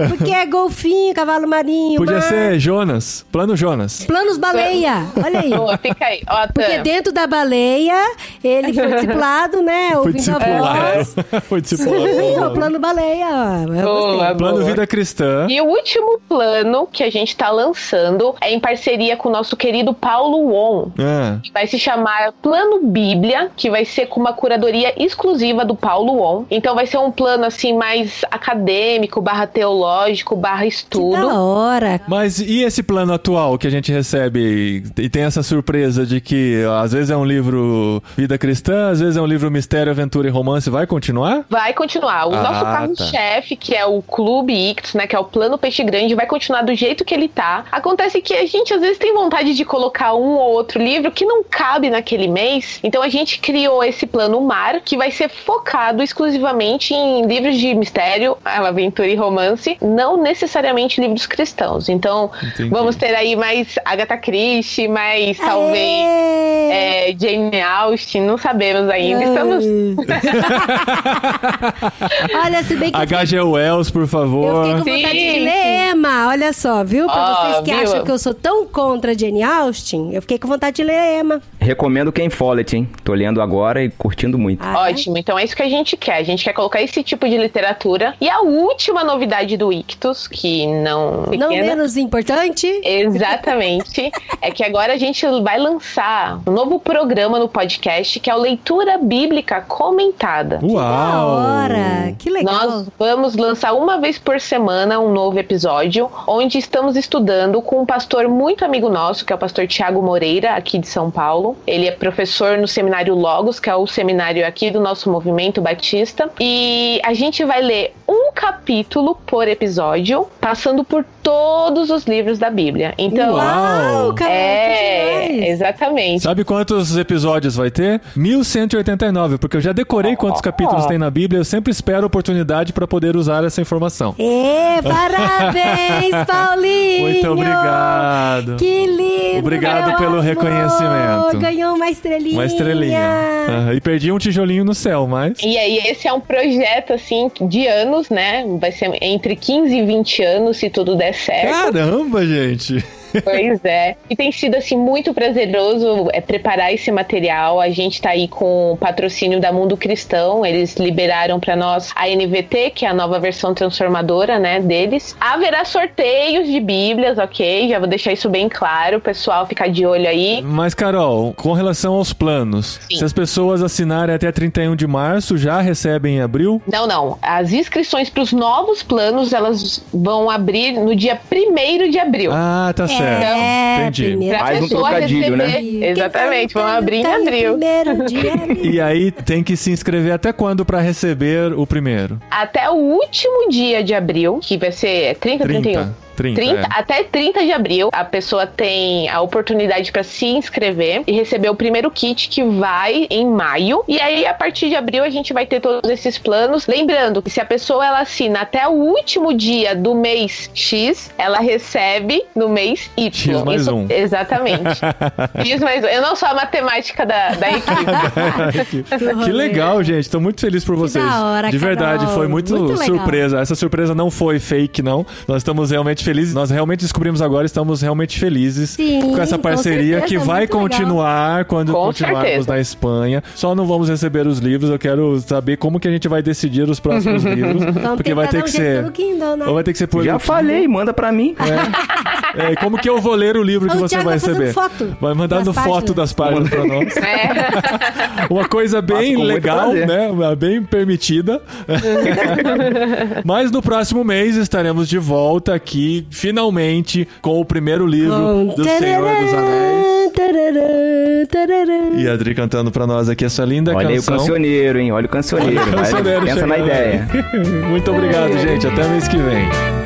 Speaker 3: Porque é golfinho, cavalo marinho.
Speaker 2: Podia
Speaker 3: mar.
Speaker 2: ser Jonas. Plano Jonas.
Speaker 3: Planos baleia. Olha aí.
Speaker 4: Boa, É. fica aí. Ó, Tam.
Speaker 3: Porque dentro da baleia, ele foi discipulado, né?
Speaker 2: Foi
Speaker 3: Ouvindo a
Speaker 2: discipulado.
Speaker 3: voz.
Speaker 2: Foi
Speaker 3: Sim, ó,
Speaker 2: discipulado.
Speaker 3: plano baleia. ó. Eu gostei.
Speaker 4: Boa,
Speaker 2: Plano
Speaker 4: boa.
Speaker 2: Vida Cristã.
Speaker 4: E o último plano que a gente tá lançando é em parceria com o nosso querido Paulo Won.
Speaker 2: Ah,
Speaker 4: que Vai se chamar Plano Bíblia, que vai ser com uma curadoria exclusiva do Paulo On. Então vai ser um plano assim mais acadêmico, barra teológico, barra
Speaker 3: Que
Speaker 4: estudo.
Speaker 3: da hora.
Speaker 2: Mas e esse plano atual que a gente recebe e e tem essa surpresa de que ó, às vezes é um livro Vida Cristã, às vezes é um livro Mistério, Aventura e Romance, vai continuar?
Speaker 4: Vai continuar. O
Speaker 2: Ah,
Speaker 4: nosso
Speaker 2: tá.
Speaker 4: carro-chefe, que é o Clube Ictus, né? Que é o Plano Peixe Grande, vai continuar do jeito que ele tá. Acontece que a gente às vezes tem vontade de colocar um ou outro livro que não cabe naquele mês. Então a gente criou esse plano Mar, que vai ser focado exclusivamente em livros de mistério, aventura e romance, não necessariamente livros cristãos. Então
Speaker 2: Entendi.
Speaker 4: vamos ter aí mais Agatha Christie, mais talvez.
Speaker 3: Aê!
Speaker 4: é, Jane Austen, não sabemos ainda. É, Estamos
Speaker 3: Olha, se bem que
Speaker 2: H.G. Wells, por
Speaker 3: Eu
Speaker 2: favor.
Speaker 3: fiquei com vontade
Speaker 4: Sim, Ah,
Speaker 3: de ler Emma, olha só, viu? Pra
Speaker 4: Ó,
Speaker 3: vocês que
Speaker 4: viu?
Speaker 3: acham que eu sou tão contra Jane Austen, eu fiquei com vontade de ler Emma.
Speaker 5: Recomendo Ken Follett, hein? Tô lendo agora e curtindo muito.
Speaker 3: Ah,
Speaker 4: Ótimo, então é isso que a gente quer. A gente quer colocar esse tipo de literatura. E a última novidade do Ictus, que não.
Speaker 3: é? Não
Speaker 4: pequena,
Speaker 3: menos importante.
Speaker 4: Exatamente. é que agora a gente vai lançar um novo programa no podcast que é o Leitura Bíblica Comentada.
Speaker 3: Da
Speaker 2: Uau!
Speaker 3: hora, que legal.
Speaker 4: Nós vamos lançar uma vez por semana um novo episódio, onde estamos estudando com um pastor muito amigo nosso, que é o pastor Tiago Moreira, aqui de São Paulo. Ele é professor no seminário Logos, que é o seminário aqui do nosso movimento batista. E a gente vai ler um capítulo por episódio, passando por todos os livros da Bíblia. Então.
Speaker 2: Uau!
Speaker 3: Uau, cara, que
Speaker 4: É,
Speaker 3: demais.
Speaker 4: exatamente.
Speaker 2: Sabe quantos episódios vai ter? 1189, porque eu já
Speaker 3: Oh.
Speaker 2: decorei quantos capítulos tem na Bíblia, eu sempre espero a oportunidade para poder usar essa informação.
Speaker 3: É, parabéns, Paulinho!
Speaker 2: Muito obrigado.
Speaker 3: Que lindo!
Speaker 2: Obrigado
Speaker 3: meu
Speaker 2: pelo
Speaker 3: amor.
Speaker 2: reconhecimento.
Speaker 3: Ganhou uma estrelinha.
Speaker 2: Uma estrelinha. Aham, E perdi um tijolinho no céu, mas.
Speaker 4: E aí, esse é um projeto, assim, de anos, né? Vai ser entre 15 e 20 anos, se tudo der
Speaker 2: Ah!
Speaker 4: certo.
Speaker 2: Caramba, gente!
Speaker 4: Pois é. E tem sido, assim, muito prazeroso é, preparar esse material. A gente tá aí com o patrocínio da Mundo Cristão. Eles liberaram pra nós a NVT, que é a nova versão transformadora, né, deles. Haverá sorteios de bíblias, ok? Já vou deixar isso bem claro. Pessoal, fica de olho aí.
Speaker 2: Mas, Carol, com relação aos planos,
Speaker 4: Sim.
Speaker 2: se as pessoas assinarem até 31 de março, já recebem em abril?
Speaker 4: Não, não. As inscrições para os novos planos, elas vão abrir no dia 1 de abril.
Speaker 2: Ah, tá certo.
Speaker 3: É,
Speaker 2: Entendi.
Speaker 3: primeiro
Speaker 4: Pra
Speaker 5: Mais um
Speaker 4: pessoa
Speaker 5: trocadilho, né?
Speaker 4: receber. Exatamente,
Speaker 3: Quem
Speaker 4: vamos
Speaker 3: tá
Speaker 4: abrir em
Speaker 3: lutando
Speaker 4: abril.
Speaker 3: Primeiro de abril.
Speaker 2: E aí tem que se inscrever até quando para receber o primeiro?
Speaker 4: Até o último dia de abril, que vai ser 30, 31.
Speaker 2: 30,
Speaker 4: 30,
Speaker 2: é.
Speaker 4: um? Até 30 de abril, a pessoa tem a oportunidade para se inscrever e receber o primeiro kit que vai em maio. E aí, a partir de abril, a gente vai ter todos esses planos. Lembrando que se a pessoa ela assina até o último dia do mês X, ela recebe no mês Y.
Speaker 2: X mais um.
Speaker 4: Exatamente. X mais um. Eu não sou a matemática da, da equipe.
Speaker 2: que legal, gente. Tô muito feliz por vocês.
Speaker 3: da hora,
Speaker 2: De verdade,
Speaker 3: Carol.
Speaker 2: foi muito,
Speaker 3: Muito legal.
Speaker 2: surpresa. Essa surpresa não foi fake, não. Nós estamos realmente felizes. Nós realmente descobrimos agora, estamos realmente felizes
Speaker 3: Sim,
Speaker 2: com essa
Speaker 3: com
Speaker 2: parceria
Speaker 3: certeza,
Speaker 2: que
Speaker 3: é
Speaker 2: vai
Speaker 3: muito legal.
Speaker 2: continuar quando
Speaker 4: Com
Speaker 2: continuarmos
Speaker 4: certeza.
Speaker 2: na Espanha. Só não vamos receber os livros. Eu quero saber como que a gente vai decidir os próximos livros.
Speaker 3: Então
Speaker 2: porque
Speaker 3: tem
Speaker 2: vai
Speaker 3: pra
Speaker 2: ter
Speaker 3: dar um
Speaker 2: que
Speaker 3: jeito
Speaker 2: ser.
Speaker 3: pelo Kindle, né?
Speaker 2: Ou vai ter que ser por
Speaker 5: Já falei, manda pra mim.
Speaker 2: É, como que eu vou ler o livro
Speaker 3: Ô,
Speaker 2: que
Speaker 3: o
Speaker 2: você
Speaker 3: Thiago
Speaker 2: vai
Speaker 3: vai fazendo
Speaker 2: receber?
Speaker 3: foto
Speaker 2: vai mandando
Speaker 3: das
Speaker 2: foto
Speaker 3: páginas.
Speaker 2: das páginas pra nós.
Speaker 4: né?
Speaker 2: Uma coisa bem
Speaker 5: com muito
Speaker 2: legal,
Speaker 5: prazer.
Speaker 2: né? Bem permitida. Mas no próximo mês estaremos de volta aqui, finalmente, com o primeiro livro do Senhor dos Anéis.
Speaker 3: Tararã, tararã.
Speaker 2: E a Adri cantando pra nós aqui essa linda
Speaker 5: Olha aí o
Speaker 2: canção.
Speaker 5: cancioneiro, hein? Olha o cancioneiro. vai,
Speaker 2: Cancioneiro
Speaker 5: Pensa na
Speaker 2: chegando.
Speaker 5: ideia.
Speaker 2: Muito obrigado, gente. Até mês que vem.